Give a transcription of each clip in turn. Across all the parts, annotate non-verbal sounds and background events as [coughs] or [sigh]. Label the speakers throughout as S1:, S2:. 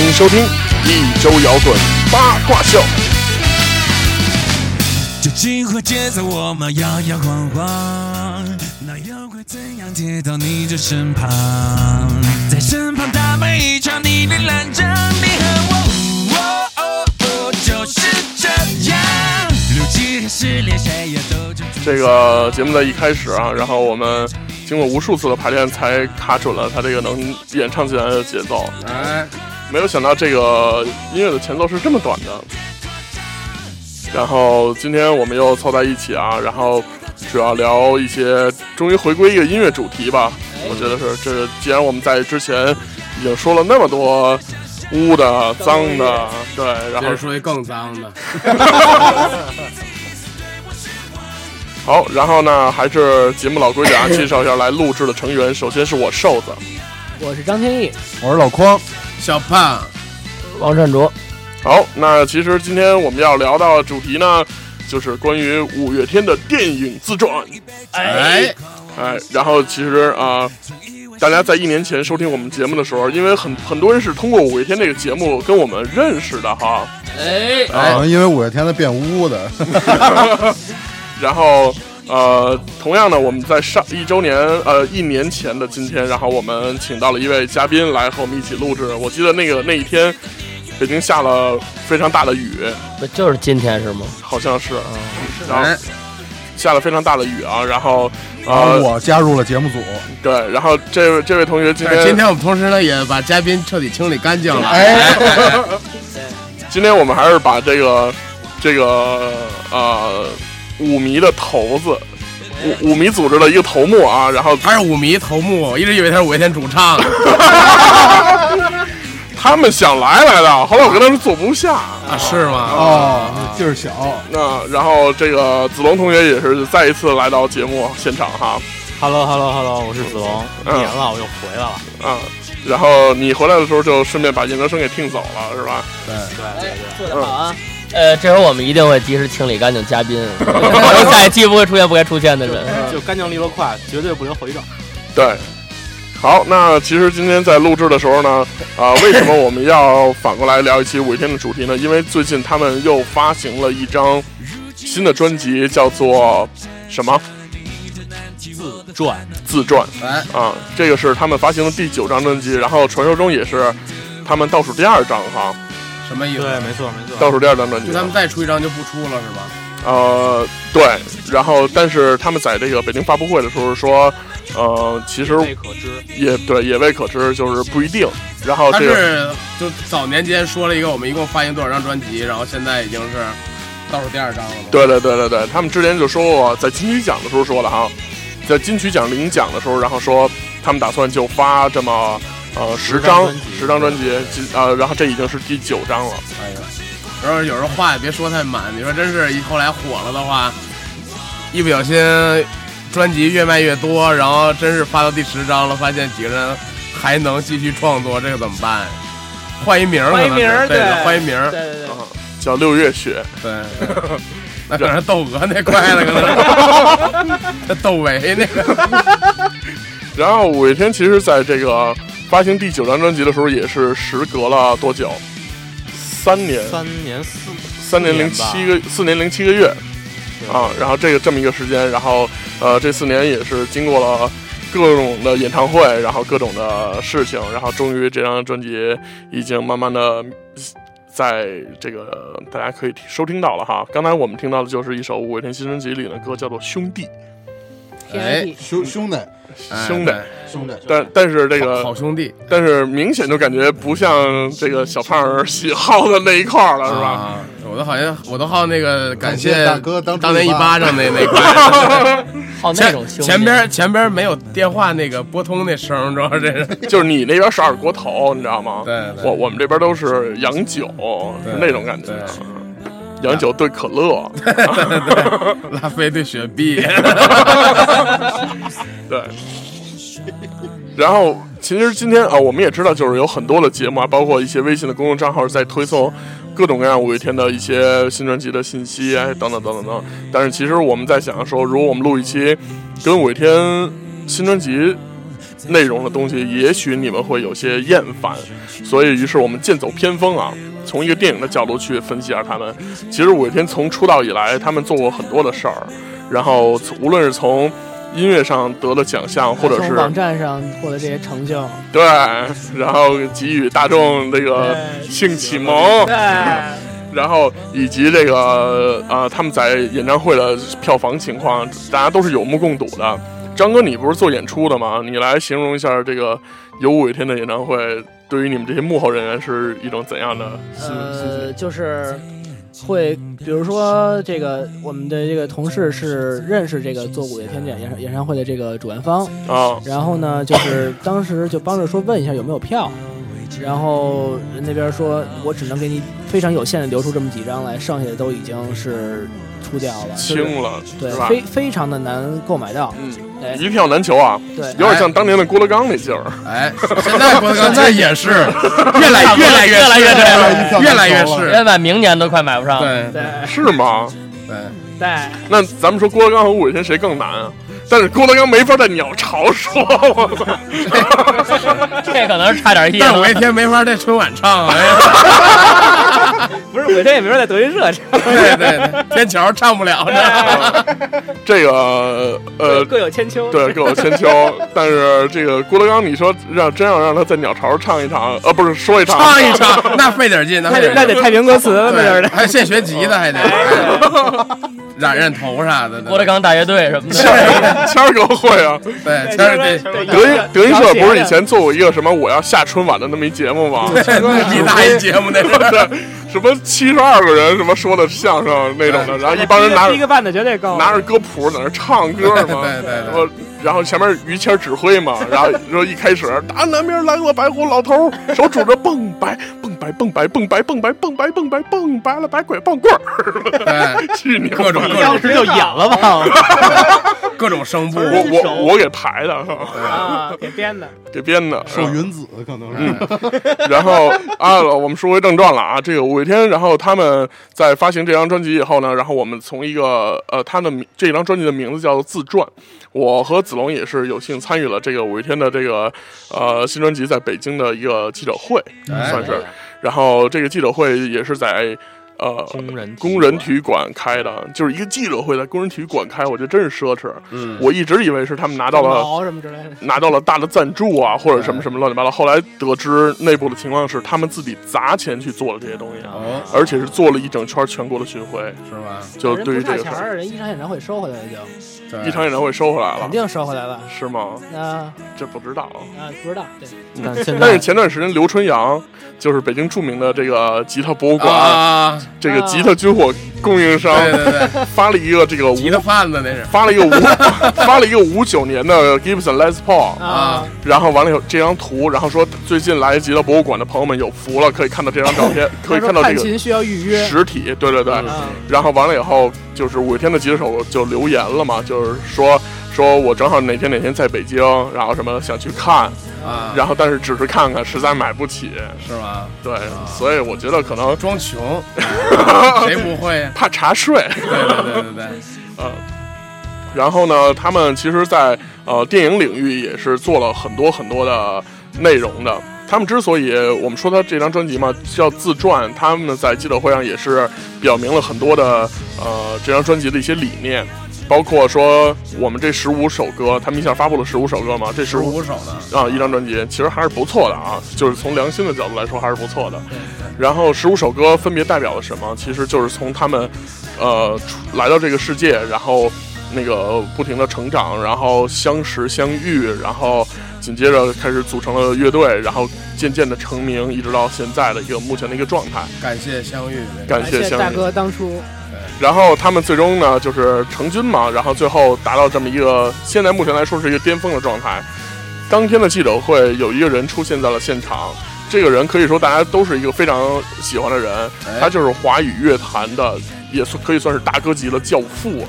S1: 迎收听一周摇滚八卦秀。
S2: 究竟会节奏我们摇摇晃晃，那又会怎样贴到你这身旁？在身旁打败一场你的烂仗，你和我，哦哦哦，就是这样。六七和失恋谁也都清楚
S1: 这个节目的一开始啊，然后我们经过无数次的排练，才卡准了他这个能演唱起来的节奏。
S3: 哎，
S1: 没有想到这个音乐的前奏是这么短的。然后今天我们又凑在一起啊，然后主要聊一些，终于回归一个音乐主题吧。我觉得是，这既然我们在之前已经说了那么多污的、脏的，对，然
S3: 接
S1: 后
S3: 着说一更脏的，
S1: 好，然后呢，还是节目老规矩啊，介绍一下来录制的成员。首先是我瘦子，
S4: 我是张天翼，
S5: 我是老匡，
S3: 小胖，
S4: 王善卓。
S1: 好，那其实今天我们要聊到的主题呢，就是关于五月天的电影自传。
S3: 哎，
S1: 哎，然后其实啊、大家在一年前收听我们节目的时候，因为很很多人是通过五月天这个节目跟我们认识的哈，
S3: [laughs] 哎，
S5: 啊，因为五月天的变污
S3: [laughs]
S5: 的，
S1: [laughs] 然后呃，同样呢，我们在上一周年呃一年前的今天，然后我们请到了一位嘉宾来和我们一起录制。我记得那个那一天，北京下了非常大的雨，
S4: 不就是今天是吗？
S1: 好像是，然
S3: 哎
S1: 后，下了非常大的雨啊，然后
S5: 然后
S1: 呃
S5: 我加入了节目组，
S1: 对，然后这位这位同学今
S3: 但
S1: 天
S3: 是哎今天我们同时呢也把嘉宾彻底清理干净了，
S5: 哎，
S1: 啊 [laughs] 今天我们还是把这个这个呃舞迷的头子，舞舞迷组织的一个头目啊，然后
S3: 他是舞迷头目，我一直以为他是五月天主唱呢
S1: [laughs] 他们想来来的，后来我跟他们坐不下。
S3: 啊，是吗？
S5: 哦，地儿小，
S1: 那然后这个子龙同学也是再一次来到节目现场哈，
S6: h e l l o h e l l o h e l l o 我是子龙，一
S1: 嗯
S6: 年了，我又回来了。
S1: 啊，然后你回来的时候就顺便把研究生给听走了是吧？
S4: 做得好啊！呃，这回我们一定会及时清理干净嘉宾，我们下一期不会出现不该出现的人。
S6: 就干净利落快，绝对不留后遗症。
S1: 对。好，那其实今天在录制的时候呢，啊、为什么我们要反过来聊一期五月天的主题呢？因为最近他们又发行了一张新的专辑，叫做什么
S6: 自传，
S1: 自传
S3: 哎，
S1: 啊，这个是他们发行的第九张专辑，然后传说中也是他们倒数第二张哈，
S3: 什么意思？
S6: 对，没错没错。
S1: 倒数第二张专辑
S3: 就他们再出一张就不出了是吧？
S1: 呃，对，然后但是他们在这个北京发布会的时候说，呃，其实
S6: 未可知，
S1: 也对，也未可知，就是不一定。然后
S3: 他
S1: 这个
S3: 是就早年间说了一个我们一共发行多少张专辑，然后现在已经是倒数第二张了吗？，
S1: 对对对对对，他们之前就说过，在金曲奖的时候说的哈，在金曲奖领奖的时候，然后说他们打算就发这么呃十张十
S6: 十
S1: 张
S6: 张
S1: 专
S6: 专
S1: 辑，今呃，然后这已经是第九张了。
S3: 哎呀，然后有时候话也别说太满，你说真是一后来火了的话，一不小心专辑越卖越多，然后真是发到第十张了，发现几个人还能继续创作，这个怎么办？换一名儿可能是，
S4: 换一名儿
S3: 对，
S4: 对
S3: 换一名儿，
S4: 对对
S1: 啊叫六月雪，
S3: 对。那可能是窦娥那块了，可能是那窦唯那个，
S1: [laughs] 然后五月天其实在这个发行第九张专辑的时候，也是时隔了多久？三年，
S6: 三年四
S1: 三年零七个四年零七个月啊，然后这个这么一个时间，然后呃这四年也是经过了各种的演唱会，然后各种的事情，然后终于这张专辑已经慢慢的在这个大家可以听收听到了哈。刚才我们听到的就是一首五月天新专辑里的歌，叫做《兄弟
S3: 哎，
S5: 兄兄弟
S1: 兄弟
S3: 哎
S5: 兄弟，》，
S1: 但但是这
S3: 好
S1: 个
S3: 好兄弟
S1: 但是明显就感觉不像这个小胖儿喜好的那一块儿了，是吧？
S3: 啊我都好像我都好那个感
S5: 谢
S3: 谢
S5: 大哥当初
S3: 当年
S5: 一
S3: 一
S5: 巴
S3: 巴掌那那块。
S4: [laughs] 好那种
S3: 前
S4: 兄弟
S3: 前边前边没有电话那个拨通那声，主要这是
S1: [laughs] 就是你那边是二锅头，你知道吗？
S3: 嗯对对
S1: 我我们这边都是洋酒
S3: 对
S1: 那种感觉嗯
S3: 对，
S1: 洋酒兑可
S3: [laughs]
S1: 乐，
S3: 拉菲对雪碧，
S1: [laughs]
S3: [laughs]
S1: 对。然后，其实今天啊，我们也知道，就是有很多的节目啊，包括一些微信的公众账号在推送各种各样五月天的一些新专辑的信息，哎，等等等等等。但是，其实我们在想说，如果我们录一期跟五月天新专辑内容的东西，也许你们会有些厌烦，所以于是我们剑走偏锋啊，从一个电影的角度去分析一下他们。其实五月天从出道以来，他们做过很多的事儿，然后从无论是从音乐上得了奖项，或者
S7: 从
S1: 是
S7: 网站上获得这些成就，
S1: 对，然后给予大众这个
S7: 对
S1: 性启蒙，
S7: 对，
S3: 啊
S4: [laughs]
S1: 然后以及这个呃，他们在演唱会的票房情况，大家都是有目共睹的。张哥，你不是做演出的吗？你来形容一下这个有五月天的演唱会，对于你们这些幕后人员是一种怎样的心心情？
S7: 呃，就是会，比如说这个我们的这个同事是认识这个做五月天演演唱演唱会的这个主办方，
S1: 啊，
S7: 然后呢，就是当时就帮着说问一下有没有票，然后那边说我只能给你非常有限的留出这么几张来，剩下的都已经是出掉了，就是
S1: 轻了
S7: 对
S1: 是吧，？
S7: 非非常的难购买到，
S1: 嗯，
S7: 对
S1: 一票难求啊，
S7: 对
S1: 有点像当年的郭德纲那劲儿。
S3: 哎，现在郭德纲现在也是越来越来
S4: 越来越
S3: 是
S5: 来越
S3: 越来越
S4: 人
S3: 是，
S4: 家买明年都快买不上。，
S3: 对
S7: 对
S1: 是吗？
S3: 对，
S7: 对。
S1: 那咱们说郭德纲和五月天谁更难啊？但是郭德纲没法在鸟巢说，我
S7: [laughs]
S1: 操！
S4: 这可能是差点意思。
S3: 但是五月天没法在春晚唱，哎，
S7: [laughs] 不是，我这也没法在德云社这
S3: 对对对，天桥唱不了呢。
S1: 这个呃，
S7: 各有千秋。
S1: 对，各有千秋。
S7: [laughs]
S1: 但是这个郭德纲，你说让真要让他在鸟巢唱一场，呃，不是说一场，
S3: [laughs] 唱一
S1: [laughs]
S3: 唱，那费点劲，那
S7: 那
S3: 费
S7: 得
S3: 点
S7: 那
S3: 劲，
S7: 得太平歌词那
S3: 对
S7: 边的。 [laughs]
S3: 还现学吉他，还得
S1: 哎
S3: [laughs] 染染头啥的。
S4: 郭德纲大乐队什么的，
S3: [laughs]
S1: 谦儿哥会啊。
S3: 对，但是得
S1: 德云德云社不是以前做过一个什么我要下春晚的那么一节目吗？
S3: 一大一节目那是。
S1: [laughs] 对，什么七十二个人什么说的相声那种的，然后一帮人拿
S7: 第一
S1: 着
S7: 个办的绝对够。
S1: 拿着歌谱在那唱歌嘛，
S3: 对对对
S1: 然后然后前面于谦指挥嘛，然后说一开始，打南边来个白胡老头儿，手拄着蹦白蹦白蹦白蹦白蹦白蹦白蹦白蹦白了白拐棒棍儿，
S3: 对，
S1: 去你妈
S3: 各种各种
S6: 当时就演了吧，
S3: [laughs] 各种声部，
S1: 我我我给排的，
S7: 啊，给编的。
S1: 给编的。嗯
S5: 手云子可能是
S1: 然后啊，我们说回正传了啊，这个五月天，然后他们在发行这张专辑以后呢，然后我们从一个呃，他的名这张专辑的名字叫做《自传》，我和子龙也是有幸参与了这个五月天的这个呃新专辑在北京的一个记者会，算是。然后这个记者会也是在呃
S4: 工人
S1: 工人体育馆开的，就是一个记者会在工人体育馆开，我觉得真是奢侈。
S3: 嗯，
S1: 我一直以为是他们拿到
S3: 哦
S1: 了
S7: 毛什么之类的。
S1: 拿到了大的赞助啊，或者什么什么乱七八糟。后来得知内部的情况是，他们自己砸钱去做了这些东西，
S3: 哦，
S1: 而且是做了一整圈全国的巡回。
S3: 是吧？
S1: 就对于
S7: 人不
S1: 这
S7: 差
S1: 个事
S7: 钱
S1: 儿，
S7: 儿，人一场演唱会收回来了就，
S3: 对
S1: 一场演唱会收回来了
S7: 肯，定收回来了。
S1: 是吗？
S7: 那啊，
S1: 这不知道。
S7: 不知道，对，
S6: 但
S1: [laughs]
S6: 现
S1: 但是
S6: 在
S1: 前段时间，刘春阳就是北京著名的这个吉他博物馆，
S3: 啊，
S1: 这个
S6: 哦
S1: 吉他军火供应商、
S3: 对对对，
S1: [laughs] 发了一个这个五
S3: 吉他贩子那是
S1: 发了一个五发了一个五九年的 Gibson Les Paul，
S3: 啊，
S1: 然后完了以后这张图，然后说最近来吉他博物馆的朋友们有福了，可以看到这张照
S6: [laughs]
S1: 片，可以看到这
S7: 探
S1: 个
S7: 琴需要预约。
S1: 实体，对对对。
S6: 嗯
S7: 啊，
S1: 然后完了以后，就是五月天的吉他手就留言了嘛，就是说说我正好哪天哪天在北京，然后什么想去看，
S6: 哦
S3: 啊，
S1: 然后但是只是看看，实在买不起，
S3: 是吧？
S1: 对，所以我觉得可能
S3: 装
S1: [laughs]
S3: 穷，谁不会呀？
S1: 怕查税。啊
S3: 对对对对
S1: [laughs]
S3: 对，
S1: 然后呢，他们其实在，呃电影领域也是做了很多很多的内容的。他们之所以我们说他这张专辑嘛叫自传，他们在记者会上也是表明了很多的呃这张专辑的一些理念，包括说我们这十五首歌，他们一下发布了十五首歌嘛，这十
S3: 十
S1: 五
S3: 五手的，
S1: 啊一张专辑其实还是不错的啊，就是从良心的角度来说还是不错的。然后十五首歌分别代表了什么？其实就是从他们，呃，出来到这个世界，然后那个不停的成长，然后相识相遇，然后紧接着开始组成了乐队，然后渐渐的成名，一直到现在的一个目前的一个状态。
S3: 感谢相遇，
S1: 感
S7: 感
S1: 谢
S7: 谢
S1: 相
S7: 大
S1: 遇。
S7: 哥当初
S1: 然后他们最终呢，就是成军嘛，然后最后达到这么一个，现在目前来说是一个巅峰的状态。当天的记者会，有一个人出现在了现场，这个人可以说大家都是一个非常喜欢的人，
S3: 哎
S1: 他就是华语乐坛的，也算可以算是大哥级的教父了。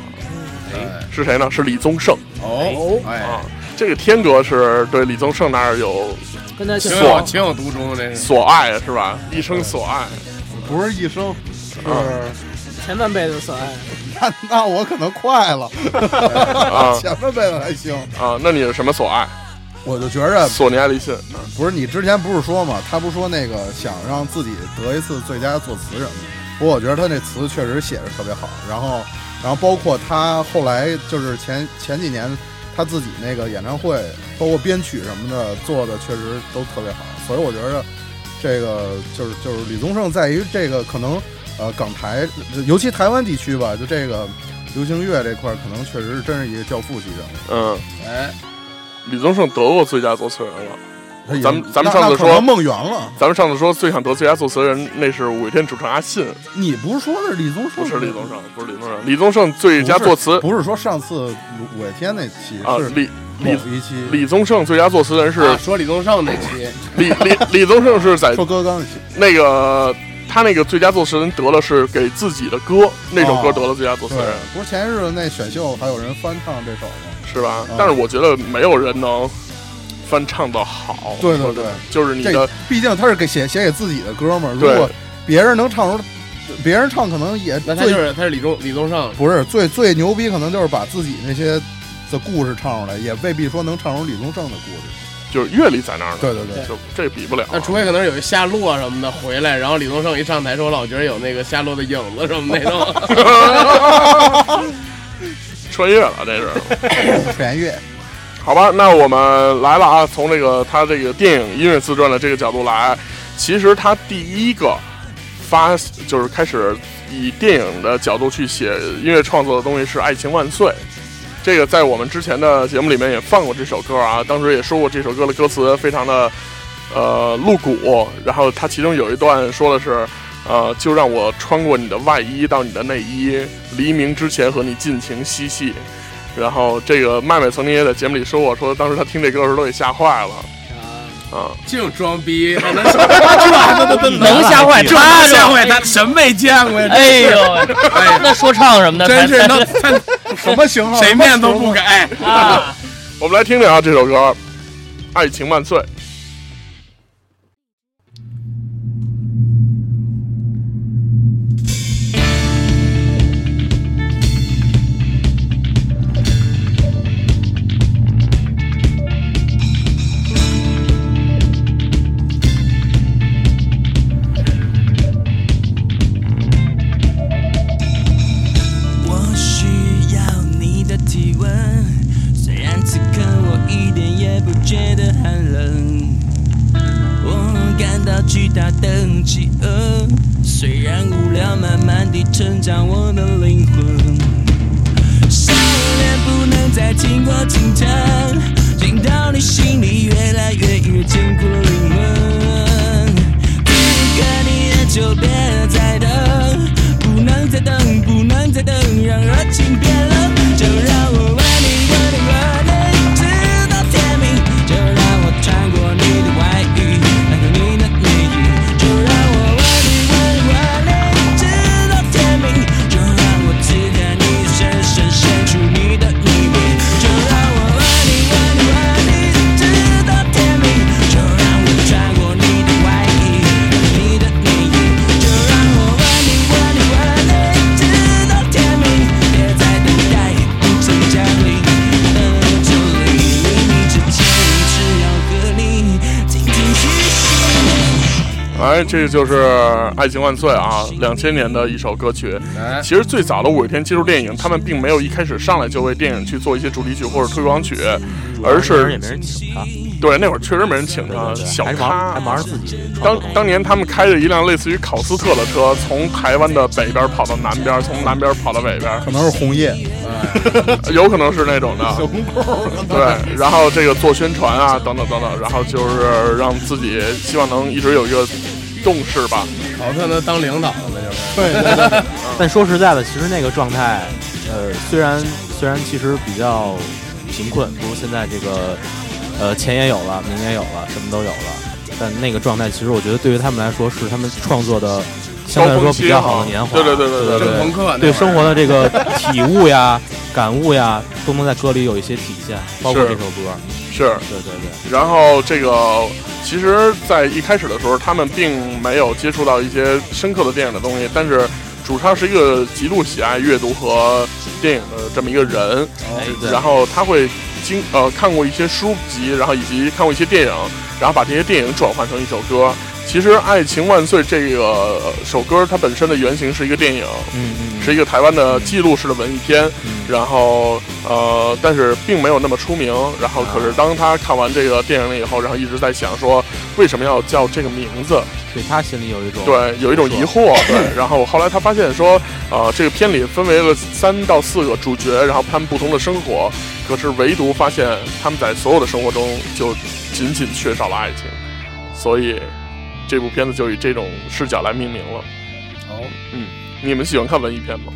S3: 哎
S1: 是谁呢？是李宗盛
S3: 哦，哎
S1: 啊，。这个天哥是对李宗盛那儿有
S7: 跟他
S3: 情
S7: 挺
S3: 有情有独钟，这是
S1: 所爱是吧？一生所爱。
S3: [laughs]
S5: 不是一生是
S3: 哦
S7: 前半辈子所爱，
S5: 那 [laughs] 那
S3: [laughs]
S5: 我可能快了，前半辈子还行，
S1: 啊啊，那你是什么所爱？
S5: 我就觉着
S1: 索尼爱立信，嗯
S5: 不是你之前不是说嘛，他不是说那个想让自己得一次最佳作词人吗？不过我觉得他那词确实写的特别好，然后，然后包括他后来就是前前几年他自己那个演唱会，包括编曲什么的做的确实都特别好，所以我觉得这个就是就是李宗盛在于这个可能呃港台，尤其台湾地区吧，就这个流行乐这块儿可能确实是真是一个教父级人物。
S1: 嗯，
S3: 哎，
S1: 李宗盛得过最佳作词人了。
S5: 他也
S1: 咱们咱们
S5: 那
S1: 上次
S5: 那可
S1: 说
S5: 能梦圆了，
S1: 咱们上次说最想得最佳作词人，那是五月天主唱阿信，
S5: 你不是说是李宗盛？
S1: 不是李宗。盛，不是李宗盛。李宗盛最佳作词
S5: 不是说上次五五月天那期
S1: 啊，
S5: 是
S1: 李李
S5: 某一期
S1: 李宗盛最佳作词人是哎
S3: 啊说李宗盛那期，
S1: 李李李宗盛是在
S5: 说歌刚那期，
S1: 那个他那个最佳作词人得了是给自己的歌，那首歌
S5: 哦
S1: 得了最佳作词
S5: 对
S1: 人，，
S5: 不是前日那选秀还有人翻唱这首吗？
S1: 是吧
S5: 嗯？
S1: 但是我觉得没有人能翻唱的好，
S5: 对
S1: 说真
S5: 对对
S1: 的，就是你
S5: 这
S1: 的
S5: 毕竟他是给写写给自己的歌嘛，如
S1: 对
S5: 果别人能唱出，别人唱可能也
S3: 那他就
S5: 最
S3: 是他是李宗李宗盛，
S5: 不是最最牛逼，可能就是把自己那些的故事唱出来，也未必说能唱出李宗盛的故事。
S1: 就是阅历在那儿呢，
S5: 对对对，
S1: 就这比不了啊。
S3: 那除非可能有一夏洛什么的回来，然后李宗盛一上台说，我老觉得有那个夏洛的影子什么那种。 [laughs]
S1: 穿越了，
S5: [laughs]
S1: 这是。
S5: 全乐
S1: 好吧，那我们来了啊，从这个他这个电影音乐自传的这个角度来，其实他第一个发就是开始以电影的角度去写音乐创作的东西是《爱情万岁》。这个在我们之前的节目里面也放过这首歌啊，当时也说过这首歌的歌词非常的呃露骨，然后它其中有一段说的是，呃，就让我穿过你的外衣到你的内衣，黎明之前和你尽情嬉戏。然后这个麦麦曾经也在节目里说过，说当时他听这歌的时候都给吓坏了啊。
S3: 净装逼，还能这
S4: 能吓坏他
S3: 吓
S4: 这。
S3: 坏他，什么没见过呀？
S4: 哎呦喂，
S3: [laughs]
S4: 那说唱什么的，
S3: 真是
S4: 才
S3: 能他 [laughs]
S5: 什么型号？
S3: 谁面都不给。
S4: 啊！
S1: 我们来听听啊这首歌《爱情万岁》。
S2: 我需要你的体温，虽然此刻我一点也不觉得寒冷。我感到巨大的饥饿，虽然无聊，慢慢地成长我的灵魂。想念不能再经过轻叹，听到你心里越来越越坚固的灵魂。这个你也就别再等，不能再等，不能再等，让热情变冷，就让我为你为你为你直到天明，就让我穿过你的外衣，来到你的内衣，就让我为你为你为你直到天明，就让我刺探你的深深，伸出你的秘密，就让我为你为你为你直到天明，就让我穿过你的外衣，来到你的内衣，就让我为你为你为你直到天明，别再等待不曾降临的降临，为你之前只要和你静静细细。
S1: 哎，这就是《爱情万岁》啊，两千年的一首歌曲。
S3: 哎
S1: 其实最早的五月天接触电影，他们并没有一开始上来就为电影去做一些主题曲或者推广曲，而
S6: 也
S1: 是
S6: 没人请他，
S1: 对那会儿确实没人请他小
S6: 还哎忙还
S1: 咖。
S6: 忙着自己创
S1: 当
S6: 作。
S1: 当年他们开着一辆类似于考斯特的车，从台湾的北边跑到南边，从南边跑到北边，
S5: 可能是红叶，
S6: 哎
S1: [laughs] 有可能是那种的。对，然后这个做宣传啊，等等等等，然后就是让自己希望能一直有一个动势吧。
S3: 好像哦能当领导了，那就是。 [laughs]
S6: 但说实在的，其实那个状态，呃，虽然虽然其实比较贫困，不如现在这个，呃，钱也有了，名也有了，什么都有了，但那个状态，其实我觉得对于他们来说，是他们创作的相对来说比较好的年华。
S1: 高峰期哈对对对对
S6: 对
S3: 朋克那会儿
S6: 对生活的这个体悟呀、感悟呀，都能在歌里有一些体现，包括
S1: 是
S6: 这首歌。
S1: 是，
S6: 对对对。
S1: 然后这个其实，在一开始的时候，他们并没有接触到一些深刻的电影的东西，但是主唱是一个极度喜爱阅读和电影的这么一个人，
S6: 哎对
S1: 然后他会经呃看过一些书籍，然后以及看过一些电影，然后把这些电影转换成一首歌。其实《爱情万岁》这个呃首歌，它本身的原型是一个电影，
S6: 嗯嗯，
S1: 是一个台湾的记录式的文艺片，
S6: 嗯
S1: 然后呃，但是并没有那么出名。然
S6: 啊
S1: 后，可是当他看完这个电影了以后，然后一直在想说，为什么要叫这个名字？
S6: 对他心里有一种
S1: 对，有一种疑惑。对，然后后来他发现说，呃，这个片里分为了三到四个主角，然后他们不同的生活，可是唯独发现他们在所有的生活中就仅仅缺少了爱情，所以这部片子就以这种视角来命名了。
S3: 哦，
S1: 你们喜欢看文艺片吗？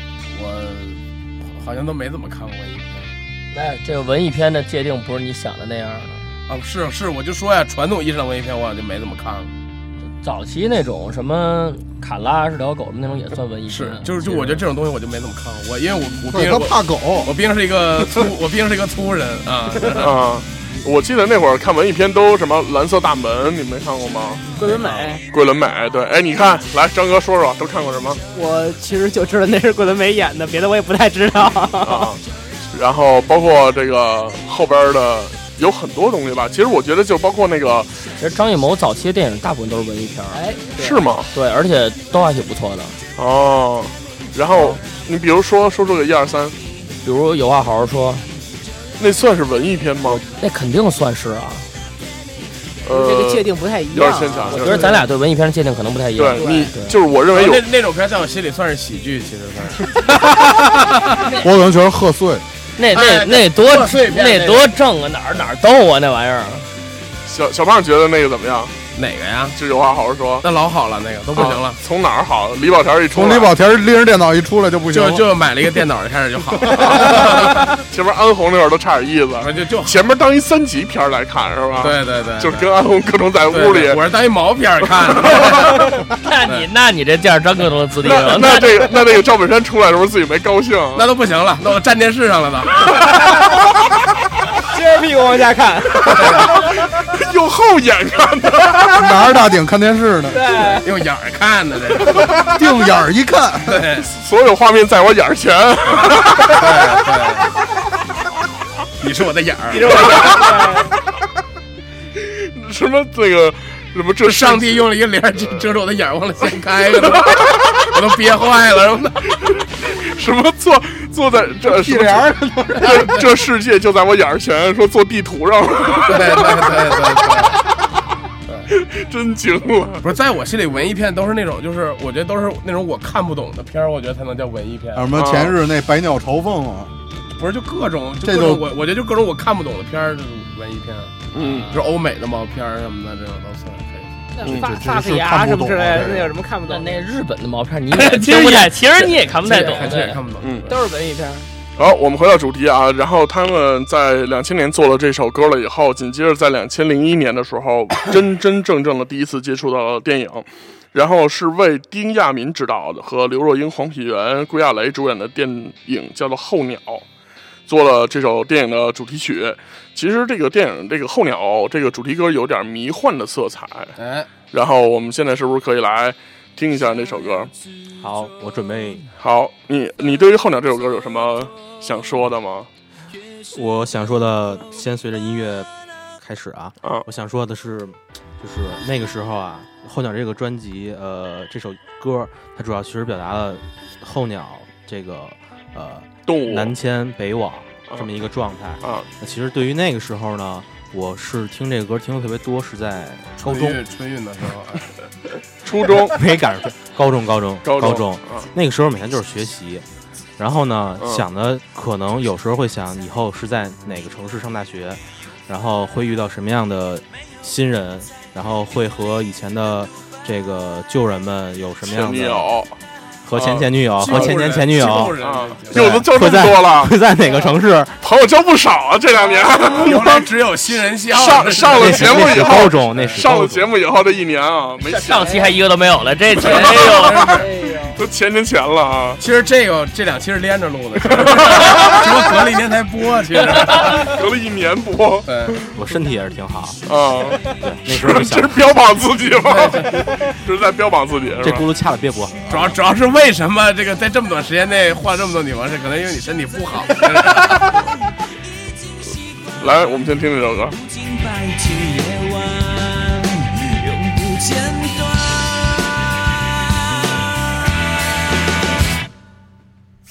S3: 嗯我好像都没怎么看过一篇。
S4: 那哎这个文艺片的界定不是你想的那样的。
S3: 啊，是是，我就说呀，传统意义上的文艺片我好像就没怎么看过。
S4: 早期那种什么卡拉是条狗的那种也算文艺片，
S3: 是，就是就我觉得这种东西我就没怎么看过，我因为我我毕
S5: 对
S3: 竟
S5: 他
S3: 我
S5: 怕狗，
S3: 我毕竟是一个粗，我毕竟是一个粗人啊。
S1: [laughs] 啊，我记得那会儿看文艺片都什么《蓝色大门》，你们没看过吗？
S7: 桂纶镁，
S1: 《桂纶镁》对，哎，你看，来张哥说说都看过什么
S7: 我其实就知道那是桂纶镁演的，别的我也不太知道。
S1: 啊？然后包括这个后边的有很多东西吧，其实我觉得就包括那个
S4: 其实张艺谋早期的电影大部分都是文艺片儿，啊
S7: 哎，对
S1: 是吗？
S4: 对，而且都还挺不错的。
S1: 哦，然后你比如说说出个一二三，
S4: 比如有话好好说，
S1: 那算是文艺片吗？
S4: 那肯定算是啊。
S1: 呃，
S7: [laughs] 这个界定不太一
S1: 有
S7: 样
S1: 点牵
S7: 啊。
S1: 强
S4: 我觉得咱俩对文艺片的界定可能不太一样。
S1: 对你
S4: 对
S1: 就是我认为有
S7: 哦
S3: 那那种片在我心里算是喜剧，其实算
S7: [laughs]
S3: 是。
S5: 我可能觉得贺岁，
S4: 那
S3: 哎
S4: 那那多
S3: 贺岁片那
S4: 那
S3: 个
S4: 多正啊，哪儿哪儿逗啊那玩意儿。
S1: 小小胖觉得那个怎么样？
S3: 哪个呀？
S1: 就有话好好说。
S3: 那老好了，那个都不行了
S1: 啊，从哪儿好？李宝田一出
S5: 从
S1: 来，
S5: 李宝田拎着电脑一出来就不行
S3: 就
S5: 了，
S3: 就买了一个电脑就开始就好了，
S1: [laughs] 前面安红那会儿都差点意思，
S3: 反正就就
S1: 前面当一三级片儿来看是吧？，
S3: 对对对，
S1: 就是跟安红各种在
S3: 对
S1: 屋里
S3: 对。我是当一毛片儿看的。
S4: 那你那你这第二张各种自立
S1: 那
S4: 了，
S1: 那这个那这个赵本山出来的时候自己没高兴，
S3: [laughs] 那都不行了，那我站电视上了都。
S7: 撅着屁股往下看，
S1: [laughs] 用后眼看
S3: [laughs]
S1: 的。
S5: 拿着大顶看电视呢，
S3: 用眼儿看的
S1: [laughs]
S3: 这个，
S5: 定眼儿一看，
S3: 对 [laughs] 对
S1: 所有画面在我眼儿前。
S3: 对， [laughs] 你是我的眼
S1: [laughs]
S3: 儿，
S1: [laughs] 什么这个什么这嗯
S3: 上帝用了一个帘儿遮遮着我的眼儿，忘了掀开了，我都憋坏了，什么的。
S1: 什么坐坐在
S3: [laughs]
S1: 这
S5: 屁帘儿呢
S1: 这这世界就在我眼儿前，说坐地图上了，
S3: 对对对对对，
S1: [laughs] 真啊惊了。
S3: 不是，在我心里，文艺片都是那种，就是我觉得都是那种我看不懂的片儿，我觉得才能叫文艺片
S5: [laughs] 啊。什么前日那百鸟朝凤啊，
S3: 不是，就各种，就
S5: 这
S3: 各种
S5: 就
S3: 我我觉得就各种我看不懂的片儿就是文艺片，
S1: 嗯，
S3: 就是欧美的毛片儿什么的，这种都算可以。
S7: 发
S5: 嗯这
S7: 发
S5: 这
S7: 个
S5: 是
S7: 牙
S5: 看不
S7: 什么
S5: 懂
S7: 之类
S5: 啊
S7: 的
S5: 这，个
S7: 那有什么看不懂？
S4: 那日本的毛片你
S7: [laughs]
S4: 也听不太，其实你也看不太懂。
S3: 这也
S4: 对
S3: 看不懂。
S1: 嗯
S3: 对
S7: 都是文艺片儿。
S1: 好，我们回到主题啊。然后他们在两千年做了这首歌了以后，紧接着在两千零一年的时
S7: [coughs]
S1: 候，真真正正的第一次接触到了电影，然后是为丁亚民执导的和刘若英、黄品源、顾亚雷主演的电影叫做《候鸟》，做了这首电影的主题曲。其实这个电影这个《候鸟》这个主题歌有点迷幻的色彩。
S3: 哎，
S1: 然后我们现在是不是可以来听一下那首歌？
S6: 好，我准备，
S1: 好，你你对于《候鸟》这首歌有什么想说的吗？
S6: 我想说的，先随着音乐开始啊，
S1: 啊
S6: 我想说的是，就是那个时候啊，候鸟这个专辑，呃，这首歌它主要其实表达了候鸟这个呃
S1: 动物
S6: 南迁北往这么一个状态。
S1: 啊，
S6: 那其实对于那个时候呢，我是听这个歌听的特别多，是在高
S3: 春
S6: 中，
S3: 运春运的时候，哎
S1: [laughs] 初中
S6: [laughs] 没赶上高中，高中，
S1: 高
S6: 高
S1: 中
S6: 中，
S1: 啊
S6: 那个时候每天就是学习，然后呢，
S1: 嗯
S6: 想的可能有时候会想以后是在哪个城市上大学，然后会遇到什么样的新人，然后会和以前的这个旧人们有什么
S1: 前
S6: 样
S1: 女
S6: 的
S1: 友嗯
S6: 和前前女友
S3: 旧
S6: 和前前前女
S3: 旧
S6: 友嗯
S3: 人
S1: 啊，
S6: 对
S1: 友都交这么多了，嗯
S6: 会在哪个城市？
S1: 朋友交不少 [laughs] 啊，这两年
S3: 原来只 [laughs] 有新人笑。
S1: 上上了
S6: 那是
S1: 节目
S6: 那
S1: 以
S6: 是
S1: 后
S6: 高中，那是
S1: 上
S6: 高
S1: 了
S6: 中
S1: 节目以后这一年啊，没
S4: 上期还一个都没有了，这期哎呦，
S7: 哎呦，
S1: [laughs] 都前年前了啊，
S3: 其实这个这两期是连着录
S1: [laughs]
S3: 的，只不过隔了一年才播。其实，
S1: 隔了一年播
S3: 对，
S6: 我身体也是挺好，
S1: [laughs] 啊，
S6: 对，那时候就
S1: 这
S6: 想
S1: 是标榜自己吗？ [laughs] 这是在标榜自己是
S6: 这
S1: 吧
S6: 轱？辘掐了别播，
S3: 主要主要是为什么这个在这么短时间内换这么多女博士，可能因为你身体
S1: [laughs]
S3: 不好。
S1: [laughs] 来，我们先听这首歌。
S8: 无尽白天夜晚，永不间断。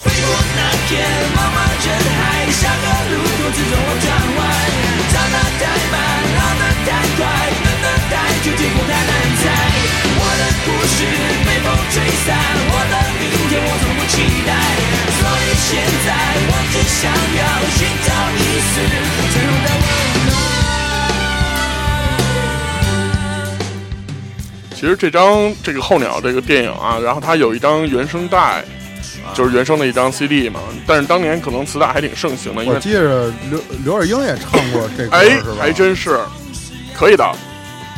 S8: 飞过那天，茫茫人海，下个路口只容我转弯。长得太慢，老得太快，等得太久，结果太难猜。我的故事被风吹散，我的明天我从不期待。所以现在我只想要寻找一丝脆弱的温暖。
S1: 其实这张这个《候鸟》这个电影啊，然后它有一张原声带，就是原声的一张 CD 嘛。但是当年可能磁带还挺盛行的，因
S5: 我
S1: 为
S5: 记着刘刘若英也唱过这歌，
S1: 哎
S5: 是，吧？
S1: 还真是可以的，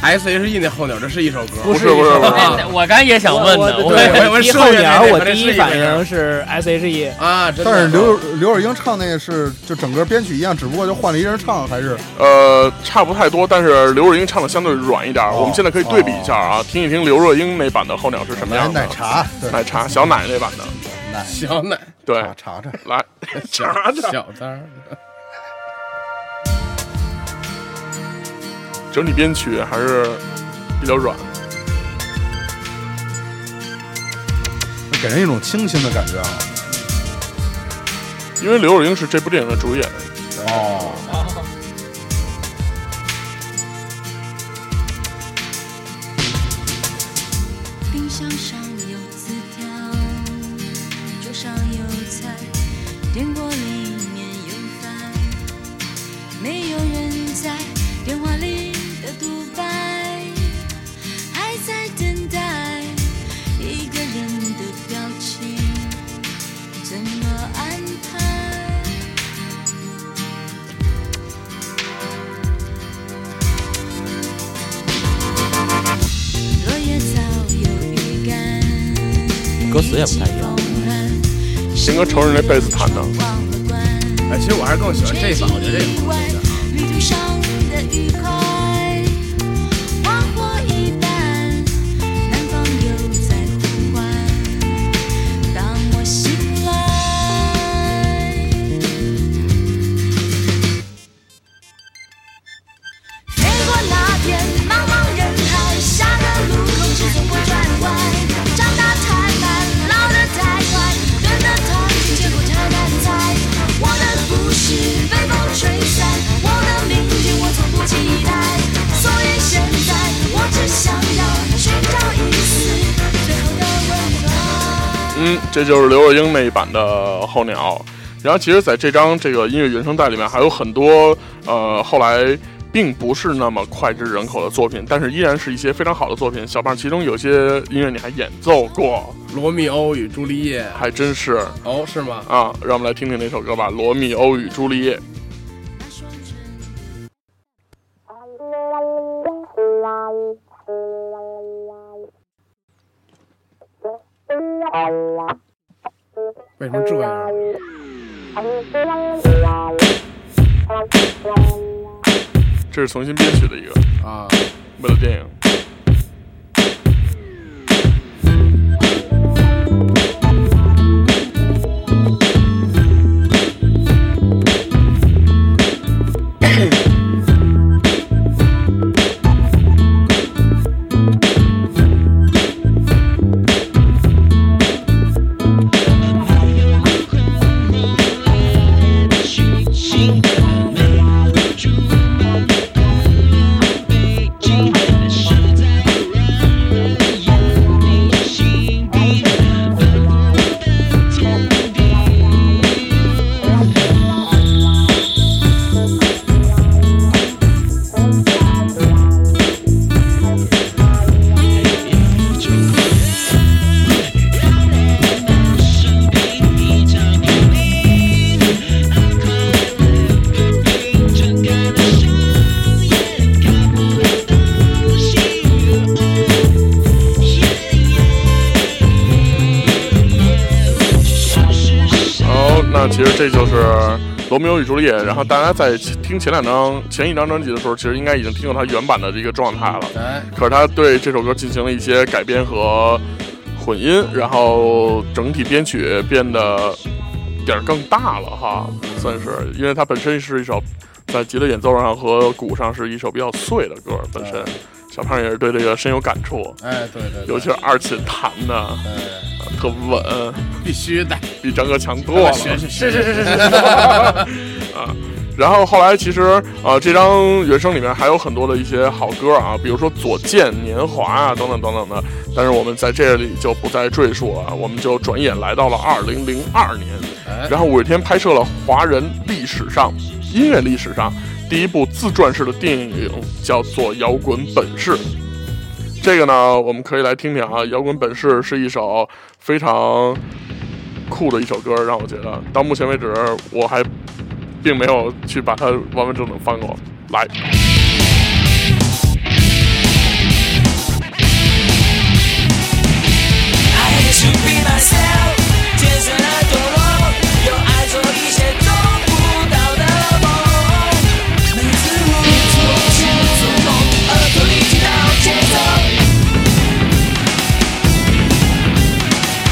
S3: S H E 那候鸟，这是一首歌。
S1: 不是不是不
S9: 哎
S1: 是，
S9: 那我刚才也想问呢，
S10: 我
S9: 我
S10: 我对
S3: 我我
S10: 一
S3: 是
S10: 后
S3: 以为
S10: 鸟，
S3: 那
S10: 我
S3: 可能
S10: 第
S3: 是
S10: 一
S3: 一
S10: 反
S3: 个
S10: 应是 S H E。
S3: 啊，真的
S5: 但是刘刘若英唱那个是就整个编曲一样，只不过就换了一人唱，还是
S1: 呃，差不太多，但是刘若英唱的相对软一点。
S5: 哦
S1: 我们现在可以对比一下啊，听一听刘若英那版的《候鸟》是什么
S5: 来
S1: 样的。
S5: 哦奶茶，对，
S1: 奶茶小奶那版的，
S5: 奶
S3: [laughs] 小奶
S1: 对，
S5: 茶茶茶。
S3: [laughs]
S1: 来查查，
S3: 小单儿，
S1: 整体编曲还是比较软。
S5: 给人一种清新的感觉啊。
S1: 因为刘若英是这部电影的主演，
S5: 哦，
S2: 冰箱上有字条，桌上有菜，电锅里面有饭，没有人在，电话里的独白还在等待一个人的表情，怎么安排？落叶早有预感，
S6: 歌词也不太一样。
S1: 先哥承认那贝斯弹的，
S3: 哎，其实我还是更喜欢这版，我觉得这个好听一点。
S2: 旅途上的愉快，划过一半，南方又在呼唤。当我醒来，飞过那片茫茫人海，下个路口只从不转弯。长大太慢，老得太快，等得太久，结果太难猜。我的故事被风吹散，我的明天我从不期待。所以现在我只想要寻找一丝最后的温暖。
S1: 嗯，这就是刘若英那一版的《候鸟》。然后其实，在这张这个音乐原声带里面，还有很多呃后来并不是那么脍炙人口的作品，但是依然是一些非常好的作品。小胖，其中有些音乐你还演奏过，
S3: 罗密欧与朱丽叶，
S1: 还真是
S3: 哦，是吗？
S1: 啊！让我们来听听那首歌吧，《罗密欧与朱丽叶》。
S2: 那双唇。
S3: 为什么这样？
S1: 这是重新编曲的一个，
S3: 啊，
S1: 为了电影。
S8: 心的美，注满了东南北京的山。
S1: 呢，其实这就是《罗密欧与朱丽叶》。然后大家在听前两张、前一张专辑的时候，其实应该已经听过它原版的这个状态了。
S3: 哎，
S1: 可是他对这首歌进行了一些改编和混音，然后整体编曲变得点儿更大了哈，算是，因为它本身是一首在吉他演奏上和鼓上是一首比较碎的歌，本身小胖也是对这个深有感触，
S3: 哎，对对，对
S1: 尤其是二琴弹的
S3: 哎
S1: 特 [laughs] 稳，
S3: 必须的，
S1: 比张哥强多了。
S3: 学学是是是是 [laughs] 是，
S1: 嗯然后后来其实呃，这张原声里面还有很多的一些好歌啊，比如说《左键》《年华》啊等等等等的，但是我们在这里就不再赘述了，啊我们就转眼来到了二零零二年，
S3: 哎
S1: 然后五月天拍摄了华人历史上音乐历史上第一部自传式的电影，叫做《摇滚本事》。这个呢，我们可以来听听啊，《摇滚本事》是一首非常酷的一首歌，让我觉得到目前为止我还并没有去把它完完整整翻过来。
S2: I should be myself，天生的堕落，又爱做一些做不到的梦。每次我做梦做梦，耳朵里听到节奏，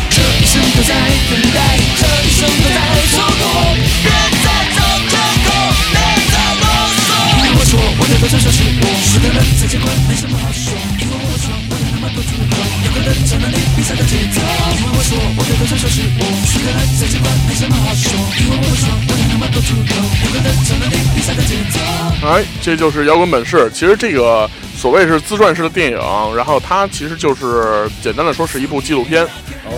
S2: 这一生都在等待，这一生都在蹉跎，人在走着空，没在啰嗦。你我说，我的多少就是我，输的人再见怪没什么好说，因为我闯过了那么多阻挠，有个人抢了你比赛的节奏。你问我说，我的多少就是我，输的人再见怪没什么好说，因为我闯过了那么多阻挠，有个人抢了你比赛的节奏。
S1: 哎，这就是摇滚本事。其实这个所谓是自传式的电影，然后它其实就是简单的说是一部纪录片，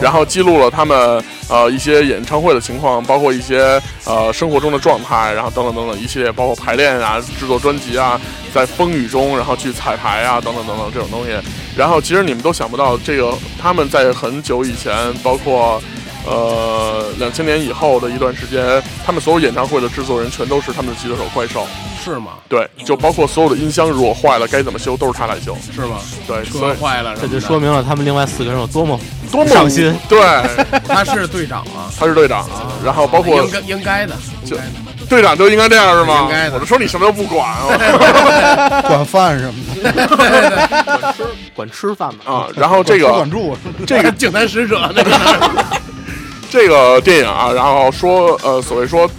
S1: 然后记录了他们呃一些演唱会的情况，包括一些呃生活中的状态，然后等等等等一系列，包括排练啊、制作专辑啊，在风雨中然后去彩排啊等等等等这种东西。然后其实你们都想不到，这个他们在很久以前，包括。呃，两千年以后的一段时间，他们所有演唱会的制作人全都是他们的吉他手怪兽。
S3: 是吗？
S1: 啊对，就包括所有的音箱，如果坏了该怎么修都是他来修。
S3: 是吗？
S1: 对，所
S3: 车
S1: 以
S3: 坏了什
S6: 这
S3: 么的，
S6: 就说明了他们另外四个人有多么
S1: 多么
S6: 上心。
S1: 对，
S3: [laughs] 他是队长啊，
S1: 他是队长，然后包括
S3: 应该应该的，应该的
S1: 队长就应该这样是吗？
S3: 应该的
S1: 我就说你什么都不管啊
S3: [laughs]
S5: 管饭什么的，
S6: 管吃饭嘛，
S1: 啊！然后这个
S5: 管吃管住
S1: 这个
S3: [laughs] 警坛使者那个，
S1: 这个电影啊，然后说呃，所谓说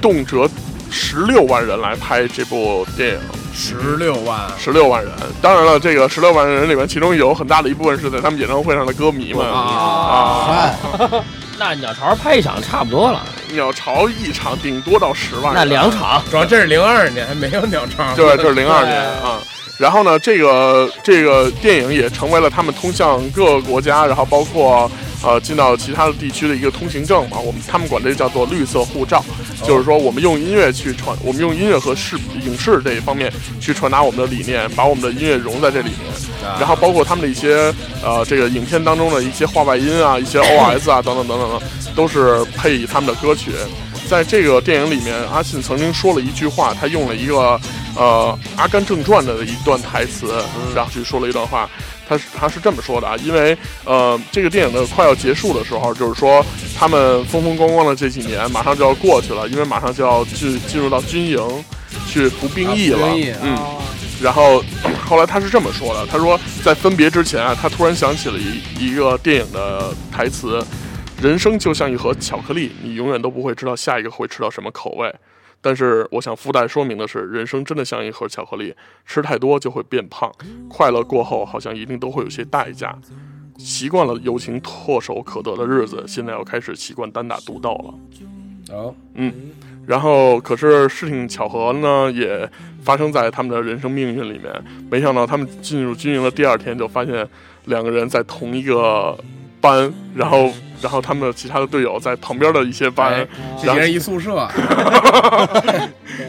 S1: 动辄十六万人来拍这部电影，
S3: 十六万，
S1: 十六万人。当然了，这个十六万人里面，其中有很大的一部分是在他们演唱会上的歌迷们啊。
S5: 哎，
S4: 那鸟巢拍一场差不 [laughs] 多了，
S1: 鸟巢一场顶多到十万人，
S4: 那两场
S3: 主要这是零二年，还没有鸟巢，
S1: 对，这是零二年啊。然后呢，这个这个电影也成为了他们通向各个国家，然后包括呃进到其他的地区的一个通行证嘛。我们他们管这叫做绿色护照，就是说我们用音乐去传，我们用音乐和视影视这一方面去传达我们的理念，把我们的音乐融在这里面。然后包括他们的一些呃这个影片当中的一些话外音啊、一些 OS 啊等等等等等，都是配以他们的歌曲。在这个电影里面，阿信曾经说了一句话，他用了一个呃《阿甘正传》的一段台词，
S3: 嗯
S1: 然后去说了一段话。他是他是这么说的啊，因为呃这个电影的快要结束的时候，就是说他们风风光光的这几年马上就要过去了，因为马上就要进进入到军营去服兵役了，
S3: 啊服兵役
S1: 嗯。然后后来他是这么说的，他说在分别之前啊，他突然想起了一一个电影的台词：“人生就像一盒巧克力，你永远都不会知道下一个会吃到什么口味。”但是我想附带说明的是，人生真的像一盒巧克力，吃太多就会变胖，快乐过后好像一定都会有些代价。习惯了友情唾手可得的日子，现在要开始习惯单打独斗了。
S3: 哦，
S1: 嗯，然后可是事情巧合呢，也发生在他们的人生命运里面。没想到他们进入军营的第二天，就发现两个人在同一个班，然后然后他们的其他的队友在旁边的一些班
S3: 哎，这些人一宿舍，
S1: 啊